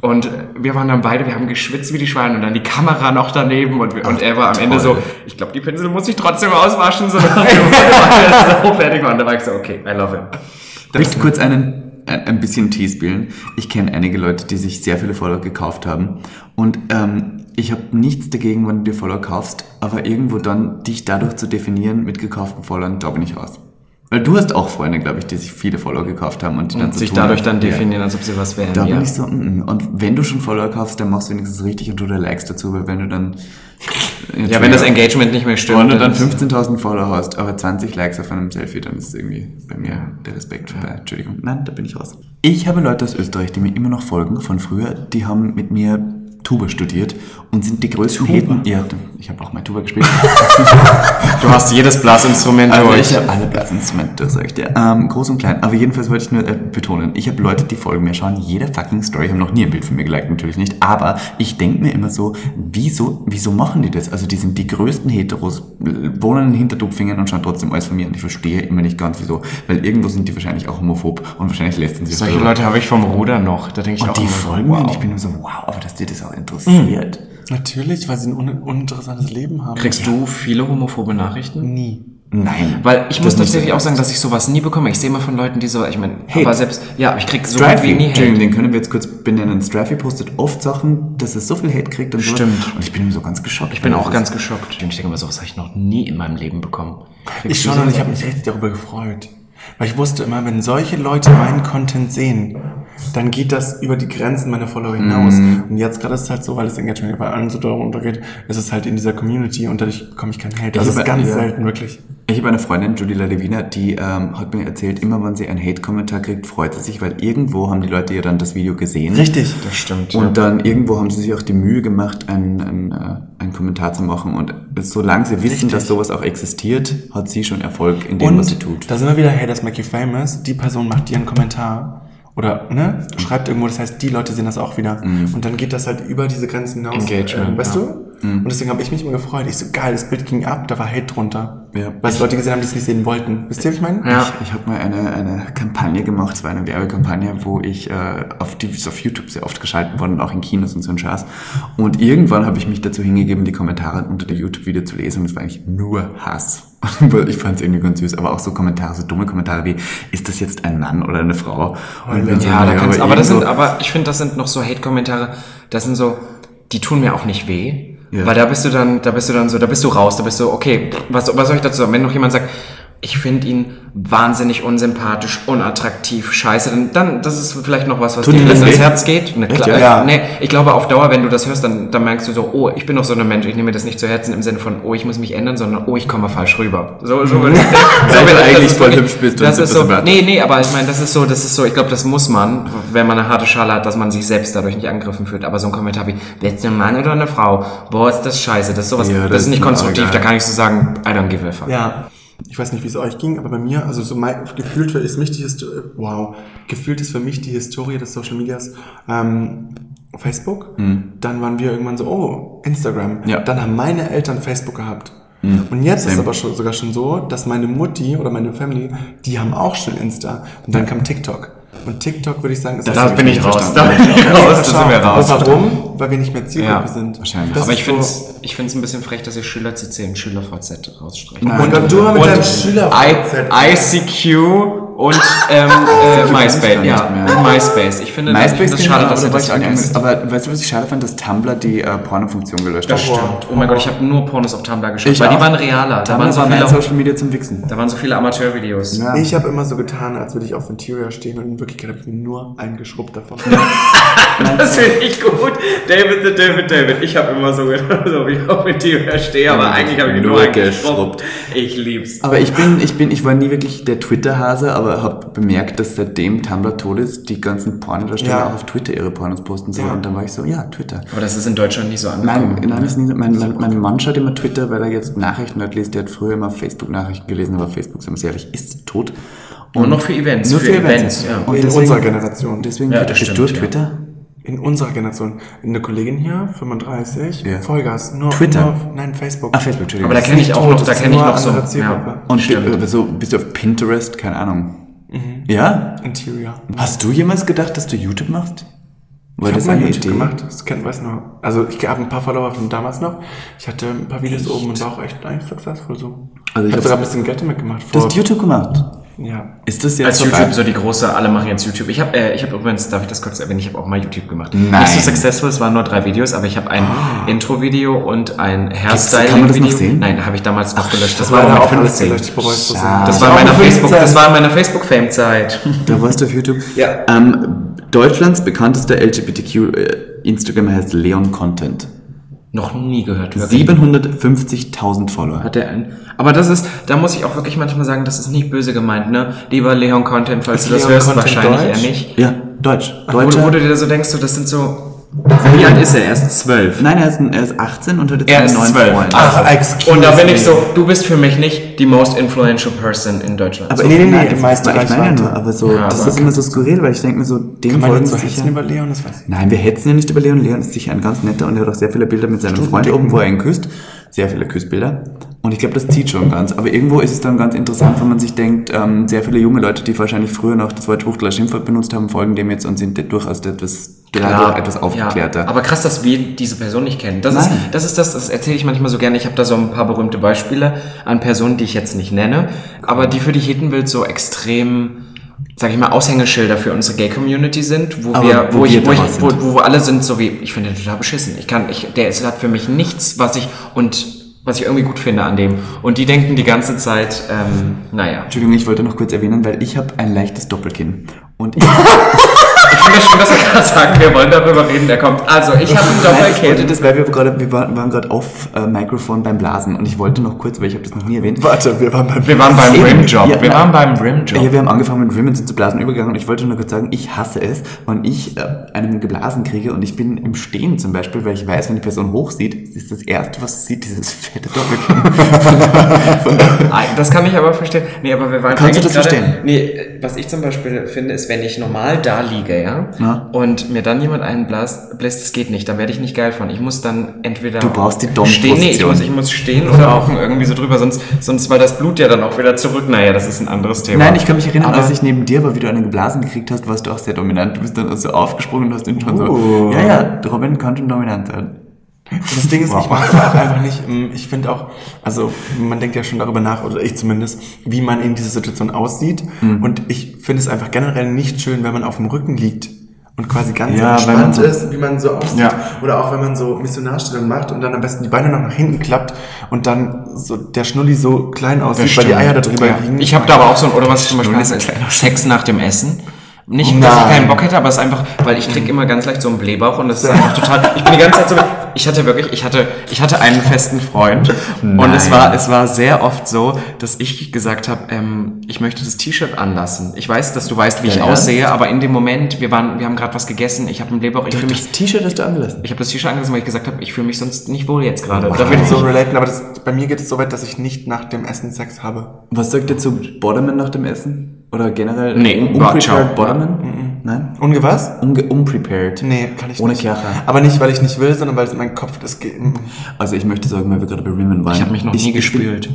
und äh, wir waren dann beide, wir haben geschwitzt wie die Schweine und dann die Kamera noch daneben und, wir, und er war am Ende so, ich glaube, die Pinsel muss ich trotzdem auswaschen, so, nachdem wir so fertig waren, da war ich so, okay, I love him.
Darf ich kurz einen, äh, ein, ein bisschen Tee spielen? Ich kenne einige Leute, die sich sehr viele Follower gekauft haben. Und ähm, ich habe nichts dagegen, wenn du dir Follower kaufst, aber irgendwo dann dich dadurch zu definieren mit gekauften Followern, da bin ich raus. Weil du hast auch Freunde, glaube ich, die sich viele Follower gekauft haben und die dann
Und
so
sich
tun,
dadurch
als-
dann
Ja.
definieren, als ob sie was wären.
Da
ja.
bin ich so, mm, mm. und wenn du schon Follower kaufst, dann machst du wenigstens richtig und du da Likes dazu, weil wenn du dann.
ja, wenn das Engagement nicht mehr stimmt.
Wenn du dann
ist-
15.000 Follower hast, aber 20 Likes auf einem Selfie, dann ist irgendwie bei mir der Respekt vorbei. Entschuldigung. Nein, da bin ich raus. Ich habe Leute aus Österreich, die mir immer noch folgen von früher, die haben mit mir Tuba studiert und sind die größten Tuba? Ja, ich habe auch mal Tuba gespielt.
Du hast jedes Blasinstrument
Also
durch.
ich habe alle Blasinstrumente, sag ich dir. Ähm, groß und klein. Aber jedenfalls wollte ich nur äh, betonen, ich habe Leute, die folgen mir, schauen jede fucking Story, haben noch nie ein Bild von mir geliked, natürlich nicht. Aber ich denke mir immer so, wieso, wieso machen die das? Also die sind die größten Heteros, äh, wohnen in Hintertupfingen und schauen trotzdem alles von mir. Und ich verstehe immer nicht ganz wieso. Weil irgendwo sind die wahrscheinlich auch homophob und wahrscheinlich lässt sie
Solche Leute habe ich vom Ruder noch. Da denke ich auch
Und die
immer,
folgen mir und ich bin immer so, wow, Mhm. aber dass dir das auch interessiert.
Natürlich, weil sie ein un uninteressantes Leben haben.
Kriegst du viele homophobe Nachrichten?
Hm.
nie.
Nein.
Weil ich muss
muss ich
tatsächlich
sagen.
auch sagen, dass ich sowas nie bekomme. Ich sehe immer von Leuten, die so, ich meine,
Hate.
aber selbst, ja, ich krieg so gut
Strafi,
wie nie
Entschuldigung,
Hate.
den können wir jetzt kurz benennen. Strafi postet oft Sachen, dass er so viel Hate kriegt und so.
Stimmt.
Und ich bin immer so ganz geschockt. Also
Ich bin auch ganz geschockt. Und ich denke immer, sowas habe ich noch nie in meinem Leben bekommen. Kriegst
Ich
du
schon und
sowas?
ich habe mich richtig darüber gefreut. Weil ich wusste immer, wenn solche Leute meinen Content sehen, dann geht das über die Grenzen meiner Follower hinaus. Und jetzt gerade ist es halt so, weil das Engagement bei allen so doll runtergeht, ist es halt in dieser Community und dadurch bekomme ich keinen Hate. Das
Ich
ist
über-
ganz
ja.
selten, wirklich.
Ich habe eine Freundin, Julie Ladevina, die ähm, hat mir erzählt, immer wenn sie einen Hate-Kommentar kriegt, freut sie sich, weil irgendwo haben die Leute ja dann das Video gesehen.
Richtig.
Das stimmt.
Und dann irgendwo haben sie sich auch die Mühe gemacht, einen, einen, äh, einen Kommentar zu machen. Und solange sie wissen, dass sowas auch existiert, hat sie schon Erfolg in dem, was sie tut.
da sind wir wieder, hey, das make you famous. Die Person macht dir einen Kommentar oder ne, schreibt irgendwo, das heißt, die Leute sehen das auch wieder.
Mhm.
Und dann geht das halt über diese Grenzen hinaus.
Engagement,
ähm, weißt
ja.
du?
Mhm.
Und deswegen habe ich mich immer gefreut. Ich so, geil, das Bild ging ab, da war Hate drunter.
Ja.
Weil es Leute gesehen haben, die es nicht sehen wollten. Wisst ihr, was ich meine?
Ja.
Ich, ich habe mal eine, eine Kampagne gemacht, es war eine Werbekampagne, wo ich äh, auf, die, ist auf YouTube sehr oft geschalten worden, auch in Kinos und so ein Scheiß. Und irgendwann habe ich mich dazu hingegeben, die Kommentare unter der YouTube-Video zu lesen und es war eigentlich nur Hass. ich fand es irgendwie ganz süß, aber auch so Kommentare, so dumme Kommentare wie, ist das jetzt ein Mann oder eine Frau? Und ich bin so,
Ja, da
naja,
kannst, aber, das sind,
irgendwo-
aber ich finde, das sind noch so Hate-Kommentare, das sind so, die tun mir auch nicht weh.
Ja.
Weil da bist du dann, da bist du dann so, da bist du raus, da bist du, okay, was, was soll ich dazu sagen? Wenn noch jemand sagt, ich finde ihn wahnsinnig unsympathisch, unattraktiv, scheiße, dann, dann das ist vielleicht noch was, was
Tut
dir
dir das
vielleicht ans
weh?
Herz geht. Ne, klar,
ja?
Ja.
Nee, ich glaube auf Dauer, wenn du das hörst, dann, dann merkst du so, oh, ich bin doch so ein Mensch, ich nehme mir das nicht zu Herzen im Sinne von, oh, ich muss mich ändern, sondern oh, ich komme falsch rüber. So, so will ich so
Weil
will
du
ich-
eigentlich
das ist
voll
wirklich-
hübsch bist und
Das
so
ist so,
bist du
nee, nee, aber ich meine, das ist so, das ist so, ich glaube, das muss man, wenn man eine harte Schale hat, dass man sich selbst dadurch nicht angegriffen fühlt. Aber so ein Kommentar wie, wer ist ein Mann oder eine Frau? Boah, ist das scheiße, das ist sowas,
Ja,
das,
das
ist nicht
ist
konstruktiv,
egal.
da kann ich so sagen, I don't give a fuck.
Ja. Ich weiß nicht, wie es euch ging, aber bei mir, also so mein, gefühlt ist mich die Histo- wow, gefühlt ist für mich die Historie des Social Medias ähm, Facebook.
Mhm.
Dann waren wir irgendwann so, oh, Instagram.
Ja.
Dann haben meine Eltern Facebook gehabt.
Mhm.
Und jetzt ist es aber schon, sogar schon so, dass meine Mutti oder meine Family, die haben auch schon Insta. Und dann kam TikTok. Und TikTok würde ich sagen, ist
Da bin ich raus, da bin
Verstanden.
ich raus, da sind wir raus.
Und warum? Weil wir nicht mehr Zielgruppe
Ja,
sind.
wahrscheinlich.
Das
aber
ist
ich finde es ich find's ein bisschen frech, dass ihr Schüler CC und Schüler VZ rausstreicht.
Und dann du mal mit deinem Schüler
I, ICQ und ähm, äh, MySpace.
nicht
Ja,
mehr.
MySpace. Ich finde, ich finde
MySpace
das schade, dass ihr
aber,
das
das
vergesst.
aber weißt du, was ich schade fand, dass Tumblr die äh, Porno-Funktion gelöscht
Das
hat?
stimmt. Oh mein Gott, ich habe nur Pornos auf Tumblr geschaut,
Ich
weil die
auch.
waren realer. Da
Tumblr
waren
war
so
mein
viele,
Social Media zum Wichsen.
da waren so viele Amateurvideos.
Ja.
Ich habe immer so getan, als würde ich auf Interior stehen und in Wirklichkeit habe ich mir nur eingeschrubbt davon.
Das finde ich gut. David, the David, David. Ich habe immer so gedacht, so wie ich auf mit dir stehe, aber eigentlich habe ich
Nur
nur
geschrubbt.
geschrubbt. Ich lieb's.
Aber ich bin, ich bin, ich war nie wirklich der Twitter-Hase, aber habe bemerkt, dass seitdem Tumblr tot ist, die ganzen Pornodarsteller
Ja.
auch auf Twitter ihre Pornos posten sollen.
Ja.
Und dann war ich so, ja, Twitter.
Aber das ist in Deutschland nicht so angekommen.
Nein, nein, ist nicht, so. mein, mein, mein Mann schaut immer Twitter, weil er jetzt Nachrichten nicht liest. Der hat früher immer Facebook-Nachrichten gelesen, aber Facebook, sagen wir ehrlich, ist tot.
Nur noch für Events,
Nur
für
für,
Events,
Events.
ja.
Und
In unserer Generation.
Und deswegen
Ja,
bist
das stimmt,
du auf
ja.
Twitter?
In unserer Generation. Eine Kollegin hier, 35,
Ja.
Vollgas. Nur
Twitter?
Nur, auf- nein, Facebook.
Ah, Facebook, Entschuldigung.
aber da kenne ich auch
tot,
noch, da
das ist
kenne ich
nur
noch so.
andere Zielgruppe.
Ja.
Und äh, so, bist du auf Pinterest? Keine Ahnung.
Mhm.
Ja?
Interior.
Hast du jemals gedacht, dass du YouTube machst? War
Ich
das
habe
eine
mal YouTube
Idee?
gemacht. Das kennt weiß noch. Also ich habe ein paar Follower von damals noch. Ich hatte ein paar Videos oben und war auch echt eigentlich successful so.
Also ich
ich habe
hab's-
sogar ein bisschen Geld damit gemacht.
Du
Vor,
hast YouTube gemacht?
Ja.
Ist das
Als
jetzt
YouTube,
vorbei?
so die große, alle machen jetzt YouTube. Ich habe äh, ich hab übrigens, darf ich das kurz erwähnen, ich habe auch mal YouTube gemacht.
Nein.
Nicht so successful, es waren nur drei Videos, aber ich habe ein Intro-Video und ein Hairstyling-Video.
kann man das noch sehen?
Nein, habe ich damals noch gelöscht. Das war
Leider
meine
auch alles
15.
gelöscht, ich bereue es so sehr.
Schade.
Das
Ich
war in meiner
auch
Facebook,
15.
das war in meiner Facebook-Fame-Zeit.
Da warst du auf YouTube.
Ja.
Ähm, Deutschlands bekanntester LGBTQ-Instagram äh, heißt Leon Content.
Noch nie gehört. wirklich.
750.000 Follower.
Hat der einen. Aber das ist, da muss ich auch wirklich manchmal sagen, das ist nicht böse gemeint, ne? Lieber Leon Content, falls
Ist
du das
Leon
hörst,
Content
wahrscheinlich
deutsch?
eher nicht.
Ja, Deutsch.
Wo,
Deutscher.
wo du dir so denkst, so, das sind so. Wie alt ist er? Er ist zwölf.
Nein, er ist, ein, er ist 18 und hat jetzt
Er
einen
ist
neuen
12.
Freund.
Ah.
Ach, excuse
Und da bin ich
me.
so, du bist für mich nicht die most influential person in Deutschland.
Aber
Nee, nee, nee,
also, nein, das-
meiste
ich meine ja
Reichweite.
nur, aber so,
Ja,
das
aber-
ist immer so skurril, weil ich denke mir so, dem
Kann man
folgen
jetzt so
sicher.
hetzen über Leon? Das weiß ich nicht.
Nein, wir hetzen ja nicht über Leon. Leon ist sicher ein ganz netter und er hat auch sehr viele Bilder mit seinem Freund oben, wo er ihn küsst. Sehr viele Küssbilder. Und ich glaube, das zieht schon ganz. Aber irgendwo ist es dann ganz interessant, wenn man sich denkt, ähm, sehr viele junge Leute, die wahrscheinlich früher noch das Wort Schwuchtel als Schimpfwort benutzt haben, folgen dem jetzt und sind durchaus etwas, dadurch etwas aufgeklärter.
Ja, aber krass, dass wir diese Person nicht kennen. Das, ist,
Nein.
das ist das, das erzähle ich manchmal so gerne. Ich habe da so ein paar berühmte Beispiele an Personen, die ich jetzt nicht nenne, aber die für dich Hittenwild so extrem, sag ich mal, Aushängeschilder für unsere Gay-Community sind, wo
Aber
wir, wo,
wo
ich,
wir
wo, ich,
draus
wo,
sind.
wo wir alle sind, so wie, ich finde den total beschissen. Ich kann, ich, der ist, hat für mich nichts, was ich, und was ich irgendwie gut finde an dem. Und die denken die ganze Zeit, ähm, naja.
Entschuldigung, ich wollte noch kurz erwähnen, weil ich habe ein leichtes Doppelkinn. Und ich,
Ich finde das schön, dass er gerade sagt, wir wollen darüber reden, der kommt. Also, ich habe einen
Nein, ich wollte
Doppelkinn.
das, weil wir gerade, wir waren, waren gerade auf äh, Mikrofon beim Blasen und ich wollte noch kurz, weil ich habe das noch nie erwähnt.
Warte, wir waren beim
Wir waren beim
Eben.
Rimjob.
Ja,
wir
na-
waren beim Rimjob.
Ja, wir haben angefangen mit Rimmels und zu Blasen übergegangen und ich wollte nur kurz sagen, ich hasse es, wenn ich äh, einen geblasen kriege und ich bin im Stehen zum Beispiel, weil ich weiß, wenn die Person hochsieht, ist das Erste, was sie sieht, dieses fette Doppelkinn.
Ah, Das kann ich aber verstehen. Nee, aber wir waren
Kannst du
eigentlich
das
gerade-
verstehen?
Nee, was ich zum Beispiel finde, ist, wenn ich normal da liege, ja,
Ja.
und mir dann jemand einen bläst, bläst, das geht nicht, dann werde ich nicht geil von. Ich muss dann entweder...
Du brauchst die Dom-Position.
Stehen, nee, ich muss, ich muss stehen oder auch irgendwie so drüber, sonst, sonst weil das Blut ja dann auch wieder zurück. Naja, das ist ein anderes Thema.
Nein, ich kann mich erinnern,
Aber-
als ich neben dir war, wie du einen geblasen gekriegt hast, warst du auch sehr dominant. Du bist dann so aufgesprungen und hast ihn schon so,
Oh.
Uh.
ja, ja, Robin kann schon dominant sein.
Das Ding ist,
Wow.
ich mag es auch einfach nicht. ähm, Ich finde auch, also man denkt ja schon darüber nach, oder ich zumindest, wie man in dieser Situation aussieht.
Mhm.
Und ich finde es einfach generell nicht schön, wenn man auf dem Rücken liegt und quasi ganz
Ja, wenn man
entspannt
so-
ist, wie man so aussieht.
Ja.
Oder auch wenn man so Missionarstellung macht und dann am besten die Beine noch nach hinten klappt und dann so der Schnulli so klein aussieht, weil die
stimmt.
Eier da drüber
Ja.
liegen.
Ich habe da aber auch so ein, oder was ich zum Beispiel
Schnulli ist
hasse,
ein kleiner
Sex nach dem Essen. Nicht,
Nein.
dass ich keinen Bock hätte, aber es ist einfach, weil ich krieg immer ganz leicht so einen Blähbauch und das ist einfach total, ich bin die ganze Zeit so, ich hatte wirklich, ich hatte, ich hatte einen festen Freund und es war, es war sehr oft so, dass ich gesagt habe, ähm, ich möchte das T-Shirt anlassen. Ich weiß, dass du weißt, wie ich
Ja,
aussehe, aber in dem Moment, wir waren, wir haben gerade was gegessen, ich habe einen Blähbauch, ich fühle mich,
T-Shirt hast du angelassen.
ich habe das T-Shirt angelassen, weil ich gesagt habe, ich fühle mich sonst nicht wohl jetzt gerade.
da würde ich so relaten, aber das, bei mir geht es so weit, dass ich nicht nach dem Essen Sex habe.
Was sagt ihr zu Borderman nach dem Essen? Oder generell
Nee,
un-
war-
unprepared
ciao.
Borderman? Nein?
Unge was?
Unge unprepared.
Nee, kann ich
Ohne
nicht.
Kirche.
Aber nicht, weil ich nicht will, sondern weil es in meinem Kopf das geht.
Also ich möchte sagen, weil wir gerade bei Rimmel waren.
Ich habe mich noch nie gespült.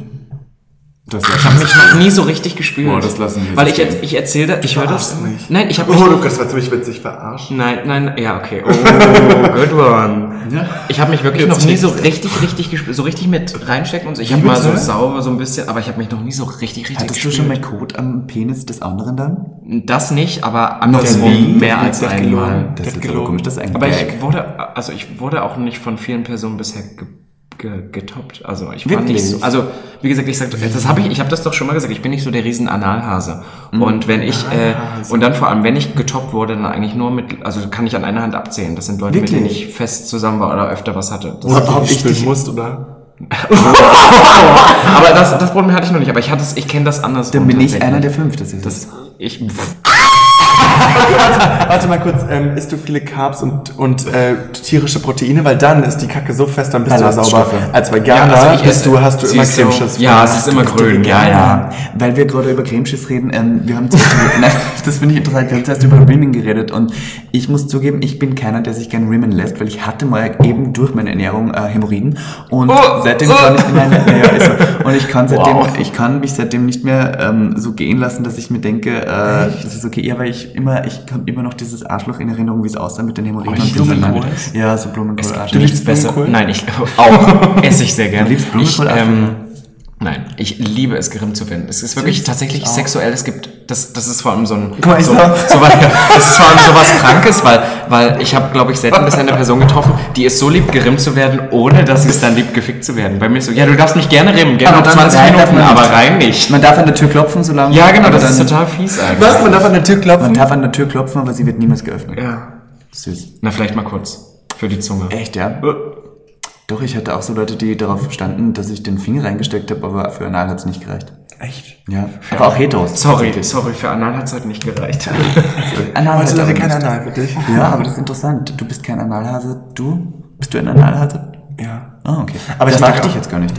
Das ich
habe mich noch nie so richtig gespült.
Boah, das lassen wir
Weil
so
ich, jetzt- ich erzähle das, ich höre das.
verarsch mich.
Nein, ich habe
Oh
mich.
Gott, das war ziemlich witzig, verarschen.
Nein, nein, ja, okay. Oh, good one.
Ja.
Ich habe mich wirklich
Jetzt
noch nie
check's.
so richtig, richtig gespült, so richtig mit reinstecken und so. Ich habe
Wie
mal so
bitte?
sauber so ein bisschen, aber ich habe mich noch nie so richtig, richtig
Hattest du schon mal Kot am Penis des anderen dann?
Das nicht, aber
nie?
andersrum mehr als
Das hat
einmal.
gelogen.
Das
Das
ist aber
gelogen.
komisch, das ist ein
Aber
Gag.
ich wurde, also ich wurde auch nicht von vielen Personen bisher ge ge getoppt. Also ich war
Wirklich?
nicht so, also wie gesagt, ich sag, das habe ich, ich habe das doch schon mal gesagt. Ich bin nicht so der riesen Analhase.
Mhm.
Und wenn ich äh,
Analhase.
und dann vor allem, wenn ich getoppt wurde, dann eigentlich nur mit, also kann ich an einer Hand abzählen. Das sind Leute, mit denen
Wirklich?
ich fest zusammen war oder öfter was hatte. Das,
Oder
Ob
ob
ich
ich
dich-
dich musst, oder?
aber das, das Problem hatte ich noch nicht. Aber ich hatte, es- ich kenne das anders.
dann bin ich einer der fünf, das ist
Das, ich,
Warte mal kurz, ähm, isst du viele Carbs und, und äh, tierische Proteine? Weil dann ist die Kacke so fest, dann bist du
Ballaststoffe.
sauber. Als
Ja,
Veganer
also ich
bist du,
esse-
hast du immer
siehst du.
Cremeschiss.
Ja, es ist immer grün. Ja, ja.
Weil wir gerade über Cremeschiss reden, ähm, wir haben zuerst, nein, das finde ich interessant, wir haben zuerst über Women geredet und ich muss zugeben, ich bin keiner, der sich gern Women lässt, weil ich hatte mal eben durch meine Ernährung äh, Hämorrhoiden und
Oh,
seitdem
oh.
kann ich, nein, nein, nein, ja, ist so. und ich kann seitdem,
Wow.
ich kann mich seitdem nicht mehr ähm, so gehen lassen, dass ich mir denke, äh, das ist okay, ja, weil ich immer, ich habe immer noch dieses Arschloch in Erinnerung, wie es aussah mit den Hämorrhoiden.
Oh,
und bin so
Blumenkohl?
neidisch. Ja, so Blumenkohl.
Es gibt
Arschloch.
nichts besser.
Blumenkohl?
Nein, ich auch. Esse ich sehr gerne.
Du liebst Blumenkohl,
ich,
Apfel?
ähm, Nein, ich liebe es, Grimm zu finden. Es ist wirklich tatsächlich
auch.
sexuell. Es gibt, das, das ist vor allem so ein,
Guck mal, ich
so,
glaub-
so was, das ist vor allem so was Krankes, weil, weil ich habe, glaube ich, selten bisher eine Person getroffen, die es so liebt, gerimmt zu werden, ohne dass sie es dann liebt, gefickt zu werden. Bei mir ist so, ja, du darfst mich gerne rimmen, gerne
Aber
noch
dann
20
rein darf
Minuten,
man
aber
nicht.
rein nicht.
Man darf an der Tür klopfen, solange.
Ja, genau,
aber
das ist
dann-
total fies eigentlich.
Was? Man darf an der Tür klopfen?
Man darf an der Tür klopfen, aber sie wird niemals geöffnet.
Ja.
Süß.
Na, vielleicht mal kurz. Für die Zunge.
Echt, ja? Doch, ich hatte auch so Leute, die darauf verstanden, dass ich den Finger reingesteckt habe, aber für Anal hat es nicht gereicht.
Echt?
Ja. Aber auch Heteros.
Sorry, sorry, für Anal hat es heute nicht gereicht.
Anal
Heute leider
aber
kein
nicht.
Anal für dich.
Ja, aber das ist interessant. Du bist kein Analhase. Du? Bist du ein Analhase?
Ja.
Ah, okay.
Aber
Aber das
ich mag
dachte ich
auch-
jetzt gar nicht.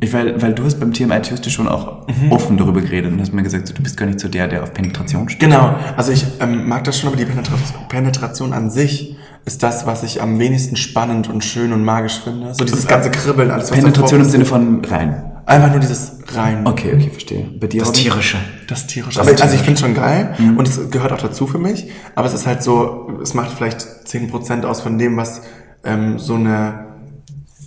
Ich, weil, weil du hast beim TMI Tuesday schon auch offen darüber geredet und hast mir gesagt, so, du bist gar nicht so der, der auf Penetration steht.
Genau. Also ich ähm, mag das schon, aber die Penetra Penetration an sich ist das, was ich am wenigsten spannend und schön und magisch finde. So dieses ganze Kribbeln, alles was
Penetration im
davor-
Sinne von rein.
Einfach nur dieses rein.
Okay, okay, verstehe. Bei dir
Das
Robin?
Tierische.
Das tierische.
Das
aber, also ich
Tierische.
finde schon geil und es gehört auch dazu für mich, aber es ist halt so, es macht vielleicht 10% aus von dem, was ähm, so eine,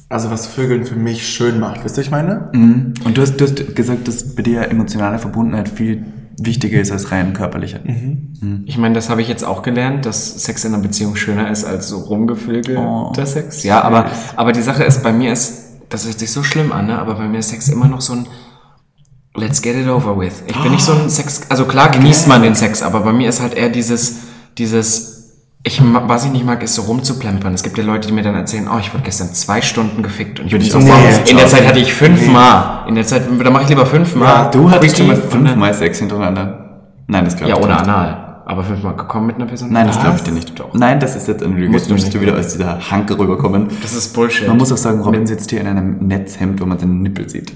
also was Vögeln für mich schön macht. Wisst ihr, ich meine?
Mhm. Und du hast, du hast gesagt, dass bei dir emotionale Verbundenheit viel wichtiger ist als rein körperliche.
Ich meine, das habe ich jetzt auch gelernt, dass Sex in einer Beziehung schöner ist als so rumgevögelter
Oh.
Sex. Ja, aber, aber die Sache ist, bei mir ist, das hört sich so schlimm an, ne? aber bei mir ist Sex immer noch so ein Let's get it over with. Ich bin nicht so
Oh.
ein Sex, also klar genießt man den Sex, aber bei mir ist halt eher dieses, dieses, ich, ma- was ich nicht mag, ist so rumzuplempern. Es gibt ja Leute, die mir dann erzählen, oh, ich wurde gestern zwei Stunden gefickt und ich bin
ich
so,
auch
wow,
sagen,
in der Zeit hatte ich fünfmal. In der Zeit, da mache ich lieber fünfmal.
Ah, du hattest schon mal
Quickie und dann-
fünfmal Sex hintereinander. Nein, das glaube
Ja,
ich
ohne
nicht.
Anal. Aber fünfmal gekommen mit einer Person?
Nein, das glaube ich dir
Was?
nicht. Nein, das ist jetzt eine Lüge. Jetzt
du
müsstest
nicht.
du wieder aus dieser Hanke rüberkommen.
Das ist Bullshit.
Man muss auch sagen, Robin sitzt hier in einem Netzhemd, wo man seinen Nippel sieht.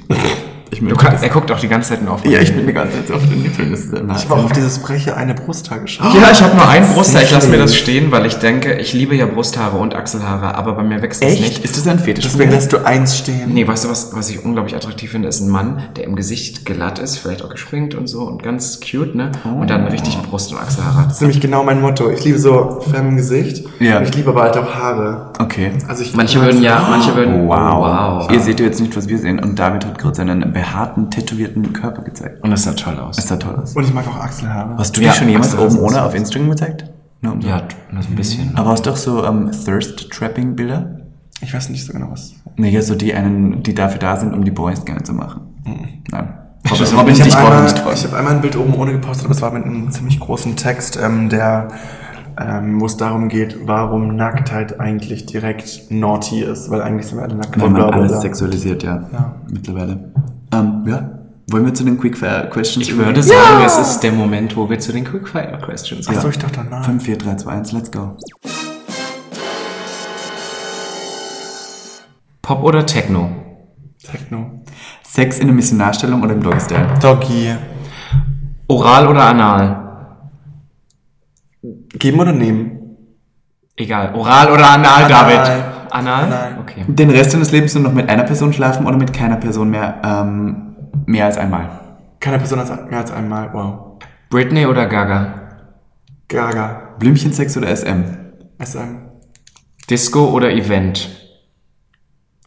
Ich
du kann, er guckt auch die ganze Zeit nur auf.
ja, ich bin die ganze Zeit so auf den Nippeln. Das ist ein
Ich war auch auf dieses freche eine Brusthaar geschaut.
ja, ich habe nur einen Brusthaar. Ich lasse mir das stehen, weil ich denke, ich liebe ja Brusthaare und Achselhaare, aber bei mir wächst das
Echt?
nicht.
Ist das ein Fetisch?
Deswegen lässt du eins stehen.
Nee, weißt du, was, was ich unglaublich attraktiv finde, ist ein Mann, der im Gesicht glatt ist, vielleicht auch geschminkt und so und ganz cute, ne? Und dann richtig Brust- und Achselhaare hat.
Das ist nämlich genau mein Motto. Ich liebe so Femme im Gesicht.
Ja.
Und ich liebe aber halt auch Haare.
Okay.
Also ich
Manche würden ja, manche würden. Oh,
Wow.
wow.
Ihr seht ja jetzt nicht, was wir sehen. Und David hat gerade seinen behaarten, tätowierten Körper gezeigt.
Und das sah toll aus.
Das sah toll aus.
Und ich mag auch Achselhaare.
Hast du
Ja,
dich schon jemals
Axel, das
oben
ist
ohne
so.
auf Instagram gezeigt? No,
Ja, das ein bisschen.
Aber hast du auch so ähm, Thirst-Trapping-Bilder?
Ich weiß nicht so genau was.
Naja, so die einen, die dafür da sind, um die Boys gerne zu machen.
Mhm.
Nein.
Ich weiß
Robin,
auch
Robin
Ich
dich
habe
brauche
einmal,
nicht
ich
vor.
hab einmal ein Bild oben ohne gepostet, aber es war mit einem ziemlich großen Text, ähm, der, ähm, wo es darum geht, warum Nacktheit eigentlich direkt naughty ist, weil eigentlich sind wir alle nackt.
Weil
und bla,
man
bla,
alles
bla.
sexualisiert, ja.
Ja.
Mittlerweile. Ähm, ja. Wollen wir zu den Quickfire-Questions?
Ich würde sagen, es ist der Moment, wo wir zu den Quickfire-Questions kommen.
Achso, ich dachte danach.
5, 4, 3, 2, 1, let's go.
Pop oder Techno?
Techno.
Sex in der Missionarstellung oder im Doggy-Style?
Doggy.
Oral oder anal?
Geben oder nehmen?
Egal. Oral oder anal,
Anal.
David? Anal?
Anal.
Okay.
Den Rest deines Lebens nur noch mit einer Person schlafen oder mit keiner Person mehr, ähm, mehr als einmal?
Keine Person als, mehr als einmal. Wow.
Britney oder Gaga?
Gaga.
Blümchensex oder SM?
SM.
Disco oder Event?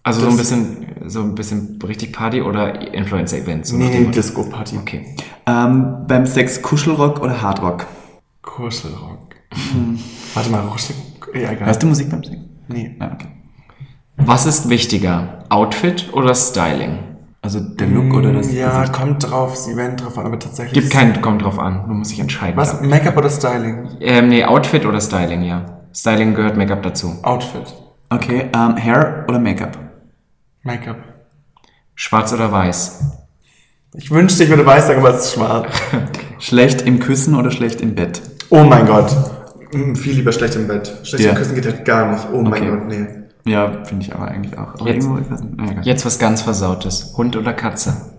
Also so ein
Das-
bisschen, so ein bisschen richtig Party oder Influencer-Event? So nach
Nee,
dem
nee,
Motto.
Disco-Party.
Okay.
Ähm, beim Sex Kuschelrock oder Hardrock?
Kuschelrock. Warte mal, Kuschel... Ja, egal.
Hörst Hm. du Musik beim Sex?
Nee.
Nein, okay.
Was ist wichtiger? Outfit oder Styling?
Also der Look oder das
Mm, Ja,
Gesicht?
kommt drauf, das Event drauf an, aber tatsächlich...
Gibt keinen, kommt drauf an. Du musst dich entscheiden.
Was? Make-up oder Styling?
Ähm, nee, Outfit oder Styling, ja. Styling gehört Make-up dazu.
Outfit.
Okay, ähm, Hair oder Make-up?
Make-up.
Schwarz oder weiß?
Ich wünschte, ich würde weiß sagen, aber es ist schwarz.
Schlecht im Küssen oder schlecht im Bett?
Oh mein Gott. Mm, Viel lieber schlecht im Bett. Schlecht
Ja.
im Küssen geht halt gar nicht. Oh mein
Okay.
Gott, nee.
Ja, finde ich aber eigentlich auch. Aber
Jetzt-
irgendwo, ich weiß nicht. Na, egal.
Jetzt was ganz Versautes. Hund oder Katze?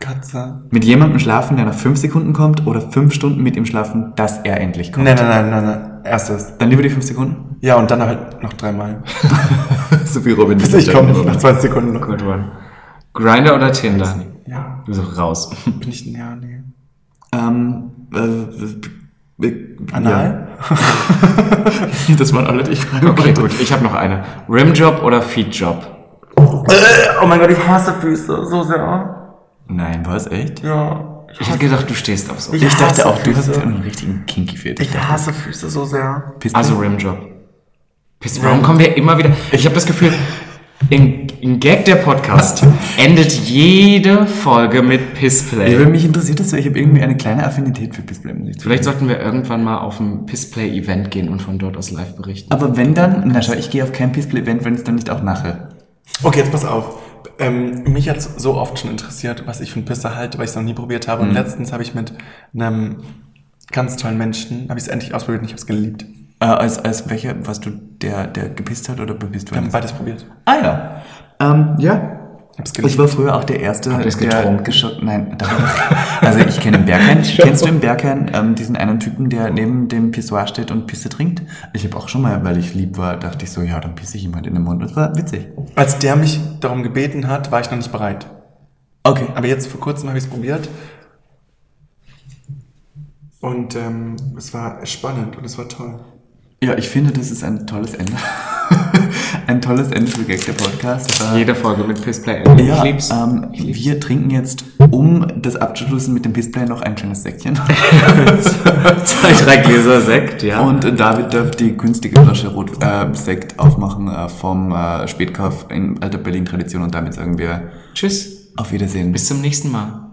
Katze.
Mit jemandem schlafen, der nach fünf Sekunden kommt oder fünf Stunden mit ihm schlafen, dass er endlich kommt?
Nein, nein, nein, nein, nein. Erstes.
Dann lieber die fünf Sekunden.
Ja, und dann halt noch dreimal.
so wie Robin.
Bis ich komme, nach 20 Sekunden noch.
Good one. Grinder oder Tinder?
Ja,
Du sagst raus.
bin ich ein Ja, nee.
Ähm, äh, äh,
Anal?
Ja. Das waren alle, die ich frage.
Okay, gut. Ich habe noch eine. Rimjob oder Feedjob?
Oh mein Gott, ich hasse Füße so sehr.
Nein, was? Echt?
Ja.
Ich hätte gedacht, du stehst auf so.
Ich
Also, Ich dachte
hasse
auch, du hast
Füße.
einen richtigen kinky Fetisch.
Ich hasse Füße so sehr.
Piss-
Also Rimjob. Piss Warum kommen wir immer wieder? Ich habe das Gefühl, im, im Gag der Podcast endet jede Folge mit
Ja,
Pissplay.
weil Also mich interessiert das so. Ich habe irgendwie eine kleine Affinität für Pissplay. muss ich zugeben.
Vielleicht sollten wir irgendwann mal auf ein Pissplay-Event gehen und von dort aus live berichten.
Aber wenn dann, na schau, ich gehe auf kein Pissplay-Event, wenn es dann nicht auch nachher.
Okay, jetzt pass auf. Ähm, mich hat's so oft schon interessiert, was ich von Pisse halte, weil ich es noch nie probiert habe. Und letztens habe ich mit einem ganz tollen Menschen, habe ich es endlich ausprobiert und ich habe es geliebt.
Äh, als, als welcher, was du, der, der gepisst hat oder bepisst
Wir haben
worden ist?
beides probiert.
Ah ja. Ähm, ja.
Ich habe es
Ich
geliebt.
war früher auch der Erste,
ihr es
der
getrunken?
geschossen. Nein, da also ich kenne im Berghain. Kennst du im Berghain ähm, diesen einen Typen, der neben dem Pissoir steht und Pisse trinkt? Ich habe auch schon mal, weil ich lieb war, dachte ich so, ja, dann pisse ich ihm halt in den Mund. Das war witzig.
Als der mich darum gebeten hat, war ich noch nicht bereit.
Okay.
Aber jetzt vor kurzem habe ich es probiert. Und ähm, es war spannend und es war toll.
Ja, ich finde, das ist ein tolles Ende. ein tolles Ende für Gag der Podcast. Äh,
Jede Folge mit Pissplay endet.
Ja,
ich lieb's.
Ähm,
Ich lieb's.
wir trinken jetzt, um das abzuschließen mit dem Pissplay, noch ein kleines Säckchen.
Zwei, drei Gläser Sekt, ja.
Und äh, David darf die günstige Flasche Rot äh, Sekt aufmachen äh, vom äh, Spätkauf in alter Berlin-Tradition und damit sagen wir
tschüss.
auf Wiedersehen.
Bis zum nächsten Mal.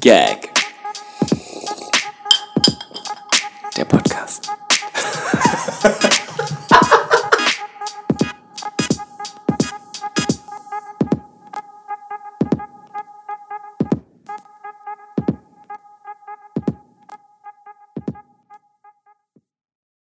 Gag. Der Podcast.